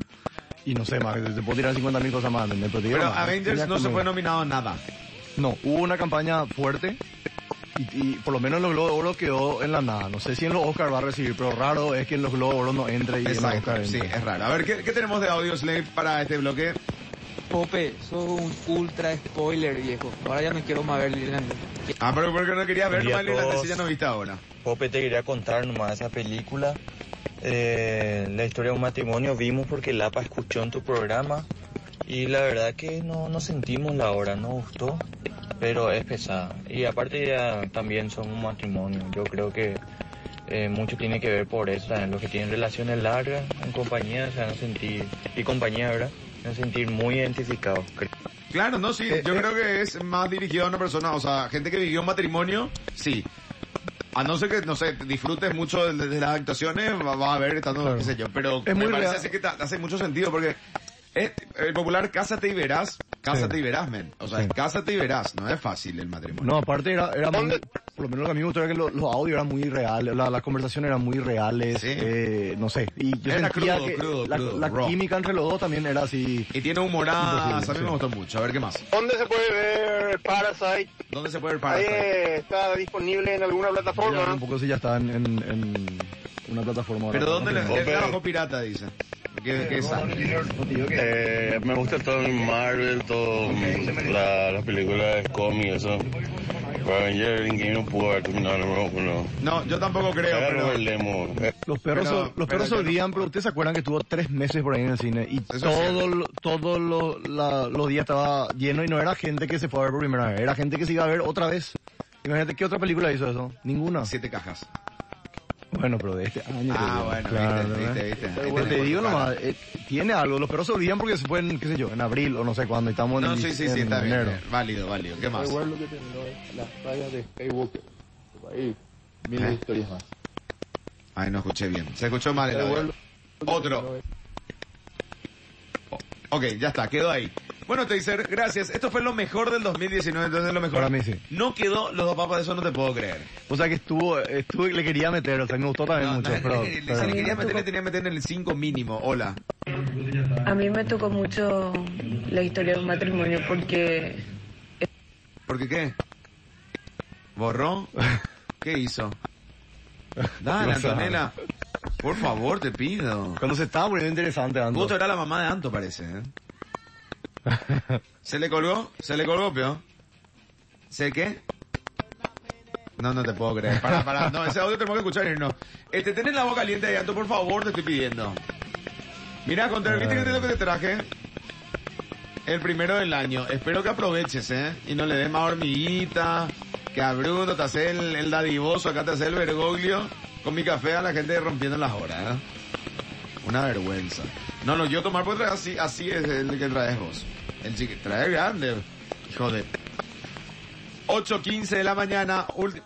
[SPEAKER 3] Y no sé más, te puedo tirar 50 mil cosas más. ¿entendés? Pero, te digo,
[SPEAKER 2] Pero
[SPEAKER 3] no,
[SPEAKER 2] Avengers
[SPEAKER 3] tenía
[SPEAKER 2] no se
[SPEAKER 3] como-
[SPEAKER 2] fue nominado a nada.
[SPEAKER 3] No, hubo una campaña fuerte. Y, y por lo menos en los Globos de Oro quedó en la nada. No sé si en los Oscar va a recibir, pero raro es que en los Globos de Oro no entre y en los Oscar
[SPEAKER 2] Exacto, sí,
[SPEAKER 3] entre.
[SPEAKER 2] es raro. A ver, ¿qué, qué tenemos de audio Slave para este bloque?
[SPEAKER 6] Pope, sos un ultra spoiler, viejo. Ahora ya no quiero más ver Leland.
[SPEAKER 2] Ah, pero porque no quería ver
[SPEAKER 7] Buen día
[SPEAKER 2] nomás
[SPEAKER 7] a
[SPEAKER 2] la
[SPEAKER 7] todos.
[SPEAKER 2] ya no viste ahora.
[SPEAKER 7] Pope, te quería contar nomás esa película. Eh, la historia de un matrimonio vimos porque Lapa escuchó en tu programa Y la verdad que no, no sentimos la hora, no gustó, pero es pesada. Y aparte ya también son un matrimonio. Yo creo que eh, mucho tiene que ver por eso. también Los que tienen relaciones largas en compañía se van a sentir, y compañía, ¿verdad? Se van a sentir muy identificados. creo.
[SPEAKER 2] Claro, no, sí,
[SPEAKER 3] Eh,
[SPEAKER 2] yo creo que es más dirigido a una persona, o sea, gente que vivió un matrimonio, sí. A no ser que, no sé, disfrutes mucho de, de las actuaciones, va, va a ver estando, qué sé yo. Pero
[SPEAKER 3] Es
[SPEAKER 2] me
[SPEAKER 3] muy
[SPEAKER 2] parece
[SPEAKER 3] real.
[SPEAKER 2] así que ta- hace mucho sentido, porque es el popular cásate y verás, cásate y verás, men. O sea, es cásate y verás, no es fácil el matrimonio.
[SPEAKER 3] No, aparte era, era muy, por lo menos lo que a mí me gustó era que lo- los audios eran muy reales, la- las conversaciones eran muy reales,
[SPEAKER 2] Sí.
[SPEAKER 3] eh, no sé. Y yo
[SPEAKER 2] Era
[SPEAKER 3] sentía
[SPEAKER 2] crudo,
[SPEAKER 3] que
[SPEAKER 2] crudo,
[SPEAKER 3] la,
[SPEAKER 2] crudo,
[SPEAKER 3] la
[SPEAKER 2] raw.
[SPEAKER 3] química entre los dos también era así.
[SPEAKER 2] Y tiene humoradas, a mí
[SPEAKER 3] Imposible,
[SPEAKER 2] me
[SPEAKER 3] sí.
[SPEAKER 2] gustó mucho. A ver, ¿qué más?
[SPEAKER 5] ¿Dónde se puede ver Parasite?
[SPEAKER 2] ¿Dónde se puede ver
[SPEAKER 5] Ahí
[SPEAKER 2] Parasite?
[SPEAKER 5] eh, está disponible en alguna
[SPEAKER 3] Voy a ver
[SPEAKER 5] plataforma.
[SPEAKER 3] un poco si ya está en, en, en una plataforma. ahora.
[SPEAKER 2] Pero ¿dónde le,
[SPEAKER 3] No,
[SPEAKER 2] él trabajó pirata, dice? ¿Qué, qué es?
[SPEAKER 8] Eh, me gusta todo el Marvel, todo mm, la- las películas de cómic, eso. Pero ayer el no pudo haber terminado el no.
[SPEAKER 2] No, yo tampoco creo,
[SPEAKER 8] Era
[SPEAKER 2] pero...
[SPEAKER 8] Robert Lemo. Eh,
[SPEAKER 3] Los perros,
[SPEAKER 2] Pero-
[SPEAKER 3] se- los
[SPEAKER 2] pero
[SPEAKER 3] perros se
[SPEAKER 2] yo no-
[SPEAKER 3] olvidan, pero ustedes se acuerdan que estuvo tres meses por ahí en el cine y
[SPEAKER 2] es cierto.
[SPEAKER 3] todos todo lo- la- los días estaba lleno y no era gente que se fue a ver por primera vez, era gente que se iba a ver otra vez. Imagínate, ¿qué otra película hizo eso? Ninguna.
[SPEAKER 2] Siete cajas.
[SPEAKER 3] Bueno, pero de este año.
[SPEAKER 2] Ah,
[SPEAKER 3] creo.
[SPEAKER 2] bueno,
[SPEAKER 3] Claro,
[SPEAKER 2] viste,
[SPEAKER 3] ¿verdad?
[SPEAKER 2] viste, viste. Ahí
[SPEAKER 3] Pero te
[SPEAKER 2] tenemos
[SPEAKER 3] digo
[SPEAKER 2] tu cara.
[SPEAKER 3] nomás, eh, tiene algo, los perros se olvidan porque se fue en, qué sé yo, en abril o no sé cuándo, y estamos
[SPEAKER 2] No,
[SPEAKER 3] en,
[SPEAKER 2] sí, sí, sí,
[SPEAKER 3] en
[SPEAKER 2] está bien.
[SPEAKER 3] enero.
[SPEAKER 2] bien. Válido, válido. ¿Qué más?
[SPEAKER 9] Igual lo que terminó es las sagas de Skywalker. Ahí, miles de historias más.
[SPEAKER 2] ¿Eh? Ay, no escuché bien. Se escuchó mal el audio. Otro. Ok, ya está, quedó ahí. Bueno, Taser, gracias. Esto fue lo mejor del 2019, entonces lo mejor.
[SPEAKER 3] Para mí sí.
[SPEAKER 2] No quedó los dos papas, eso no te puedo creer.
[SPEAKER 3] O sea que estuvo, estuvo, le quería meter, o sea, me gustó también
[SPEAKER 2] No,
[SPEAKER 3] mucho,
[SPEAKER 2] no, le-
[SPEAKER 3] pero...
[SPEAKER 2] le-
[SPEAKER 3] pero-
[SPEAKER 2] si le quería meter, le tenía que meter en el 5 mínimo. Hola.
[SPEAKER 10] A mí me tocó mucho la historia de un matrimonio porque
[SPEAKER 2] ¿Por qué qué? ¿Borró? ¿Qué hizo? Dale,
[SPEAKER 3] No sabe.
[SPEAKER 2] Antonella. Por favor, te pido.
[SPEAKER 3] Cuando se estaba poniendo interesante, Ando.
[SPEAKER 2] Gusto era la mamá de Anto, parece. ¿eh? ¿Se le colgó? ¿Se le colgó, Pio? ¿Se qué? No, no te puedo creer. Para, para. No, ese audio tenemos que escuchar y no. Este, tenés la boca caliente ahí, Anto, por favor, te estoy pidiendo. Mira, contra
[SPEAKER 3] Ah.
[SPEAKER 2] ¿viste que te lo que te traje? El primero del año. Espero que aproveches, ¿eh? Y no le des más hormiguita, que a Bruno te hace el, el dadivoso, acá te hace el vergoglio. Con mi café a la gente rompiendo las horas, ¿eh? Una vergüenza. No, no, yo tomar porque así, así es el que traes vos. El chique, trae grande. Hijo de... 8.15 de la mañana. ulti-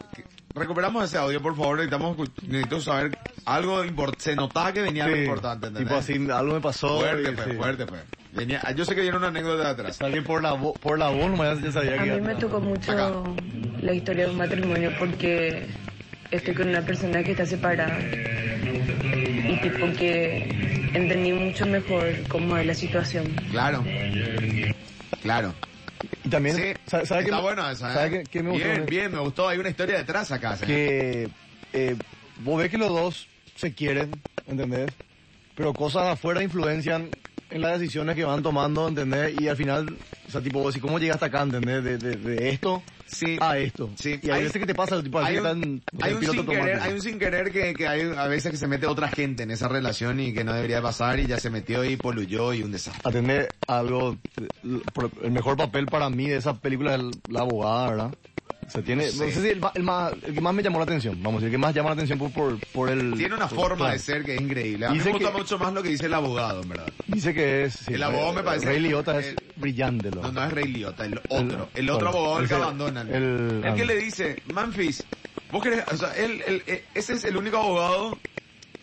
[SPEAKER 2] Recuperamos ese audio, por favor. Necesitamos, escu- necesito saber algo importante. Se notaba que venía algo
[SPEAKER 3] Sí,
[SPEAKER 2] importante, ¿entendés?
[SPEAKER 3] Tipo así, algo me pasó.
[SPEAKER 2] Fuerte
[SPEAKER 3] y-
[SPEAKER 2] fue,
[SPEAKER 3] sí.
[SPEAKER 2] fuerte fue. Venía, ah, yo sé que viene una anécdota de atrás.
[SPEAKER 3] También por la, vo- por la voz, nomás ya sabía
[SPEAKER 10] a
[SPEAKER 3] que...
[SPEAKER 10] mí me tocó
[SPEAKER 2] Acá.
[SPEAKER 10] mucho la historia de un matrimonio porque estoy con una persona que está separada y tipo que entendí mucho mejor cómo es la situación.
[SPEAKER 2] Claro. Claro.
[SPEAKER 3] Y también,
[SPEAKER 2] Sí,
[SPEAKER 3] ¿sabes qué?
[SPEAKER 2] está
[SPEAKER 3] me-
[SPEAKER 2] bueno esa, ¿eh?
[SPEAKER 3] ¿Sabes qué, qué me gustó?
[SPEAKER 2] Bien, bien, me gustó. Hay una historia detrás acá. ¿eh?
[SPEAKER 3] que eh, vos ves que los dos se quieren, ¿entendés? Pero cosas de afuera influencian en las decisiones que van tomando, ¿entendés? Y al final, o sea, tipo, vos, ¿y ¿cómo llegaste acá, ¿entendés? De, de, de esto
[SPEAKER 2] Sí.
[SPEAKER 3] a esto.
[SPEAKER 2] Sí.
[SPEAKER 3] Y hay veces que te pasa, tipo, así
[SPEAKER 2] hay
[SPEAKER 3] que
[SPEAKER 2] un,
[SPEAKER 3] están,
[SPEAKER 2] hay
[SPEAKER 3] el
[SPEAKER 2] un
[SPEAKER 3] piloto
[SPEAKER 2] sin querer,
[SPEAKER 3] automático.
[SPEAKER 2] hay un sin querer que, que hay a veces que se mete otra gente en esa relación y que no debería pasar y ya se metió y poluyó y un desastre.
[SPEAKER 3] atender algo, l- por- el mejor papel para mí de esa película es el- la abogada, ¿verdad? O sea, tiene,
[SPEAKER 2] Sí.
[SPEAKER 3] no sé si el, ma- el más, el que más me llamó la atención, vamos a decir, el que más llama la atención por, por, por el...
[SPEAKER 2] Tiene una
[SPEAKER 3] por-
[SPEAKER 2] forma
[SPEAKER 3] claro.
[SPEAKER 2] de ser que es increíble. A mí
[SPEAKER 3] Dice
[SPEAKER 2] me gusta
[SPEAKER 3] que-
[SPEAKER 2] mucho más lo que dice el abogado, en verdad.
[SPEAKER 3] Dice que es... sí,
[SPEAKER 2] El abogado me
[SPEAKER 3] eh,
[SPEAKER 2] parece-
[SPEAKER 3] Ray Liotta es
[SPEAKER 2] eh,
[SPEAKER 3] brillante, loco.
[SPEAKER 2] No, no es Rey Liotta, el otro. El otro
[SPEAKER 3] bueno,
[SPEAKER 2] abogado el
[SPEAKER 3] el
[SPEAKER 2] que
[SPEAKER 3] que-
[SPEAKER 2] abandona.
[SPEAKER 3] el-
[SPEAKER 2] el que
[SPEAKER 3] ah.
[SPEAKER 2] le dice, Manfis, vos querés, o sea, él, él- eh, ese es el único abogado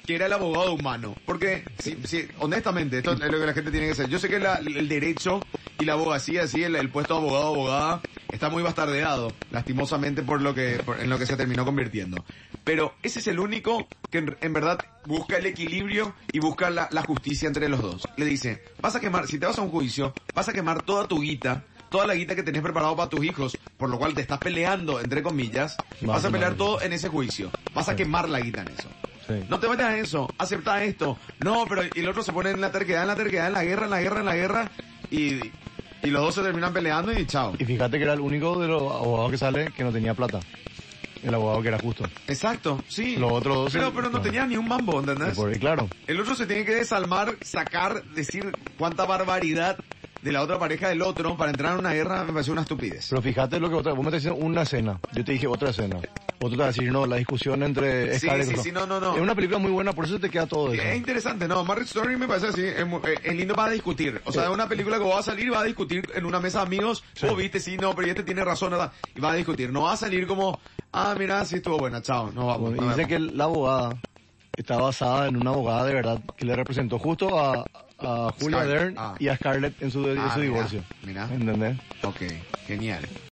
[SPEAKER 2] que era el abogado humano. Porque, si, si- honestamente, esto es lo que la gente tiene que saber. Yo sé que la- el derecho y la abogacía, así, el, el puesto de abogado abogada, está muy bastardeado, lastimosamente, por lo que, por- en lo que se terminó convirtiendo. Pero ese es el único que en, en verdad busca el equilibrio y busca la, la justicia entre los dos. Le dice, vas a quemar, si te vas a un juicio, vas a quemar toda tu guita, toda la guita que tenés preparado para tus hijos, por lo cual te estás peleando, entre comillas,
[SPEAKER 3] No,
[SPEAKER 2] vas a
[SPEAKER 3] no,
[SPEAKER 2] pelear
[SPEAKER 3] no.
[SPEAKER 2] todo en ese juicio, vas a quemar la guita en eso.
[SPEAKER 3] Sí.
[SPEAKER 2] No te vayas a eso, acepta esto. No, pero y el otro se pone en la terquedad, en la terquedad, en la guerra, en la guerra, en la guerra. Y, y los dos se terminan peleando y chao.
[SPEAKER 3] Y fíjate que era el único de los abogados que sale que no tenía plata. El abogado que era justo.
[SPEAKER 2] Exacto, sí.
[SPEAKER 3] Los otros dos
[SPEAKER 2] Pero,
[SPEAKER 3] se-
[SPEAKER 2] pero no
[SPEAKER 3] no.
[SPEAKER 2] tenía ni un mambo, ¿entendés?
[SPEAKER 3] Y por- y claro,
[SPEAKER 2] El otro se tiene que desalmar, sacar, decir cuánta barbaridad de la otra pareja del otro para entrar en una guerra me parece una estupidez.
[SPEAKER 3] Pero fíjate lo que otra, vos me estás diciendo una escena, yo te dije otra escena. Otro te va a decir, no, la discusión entre...
[SPEAKER 2] Sí,
[SPEAKER 3] Scarlett
[SPEAKER 2] sí,
[SPEAKER 3] Johansson.
[SPEAKER 2] sí, no, no, no.
[SPEAKER 3] Es una película muy buena, por eso te queda todo eso.
[SPEAKER 2] Es interesante, no, Marriage Story me parece así, es, mu- eh, es lindo para discutir. O sea, es una película que va a salir y va a discutir en una mesa de amigos, vos viste, sí, no, pero este tiene razón, ¿verdad? y va a discutir. No va a salir como, ah, mira, sí estuvo buena, chao, no vamos.
[SPEAKER 3] Y dice que la abogada está basada en una abogada de verdad que le representó justo a, a Julia
[SPEAKER 2] Scarlett,
[SPEAKER 3] Dern
[SPEAKER 2] ah.
[SPEAKER 3] y a Scarlett en su, en
[SPEAKER 2] Ah,
[SPEAKER 3] su
[SPEAKER 2] mira,
[SPEAKER 3] divorcio.
[SPEAKER 2] mira.
[SPEAKER 3] ¿Entendés?
[SPEAKER 2] Ok, genial.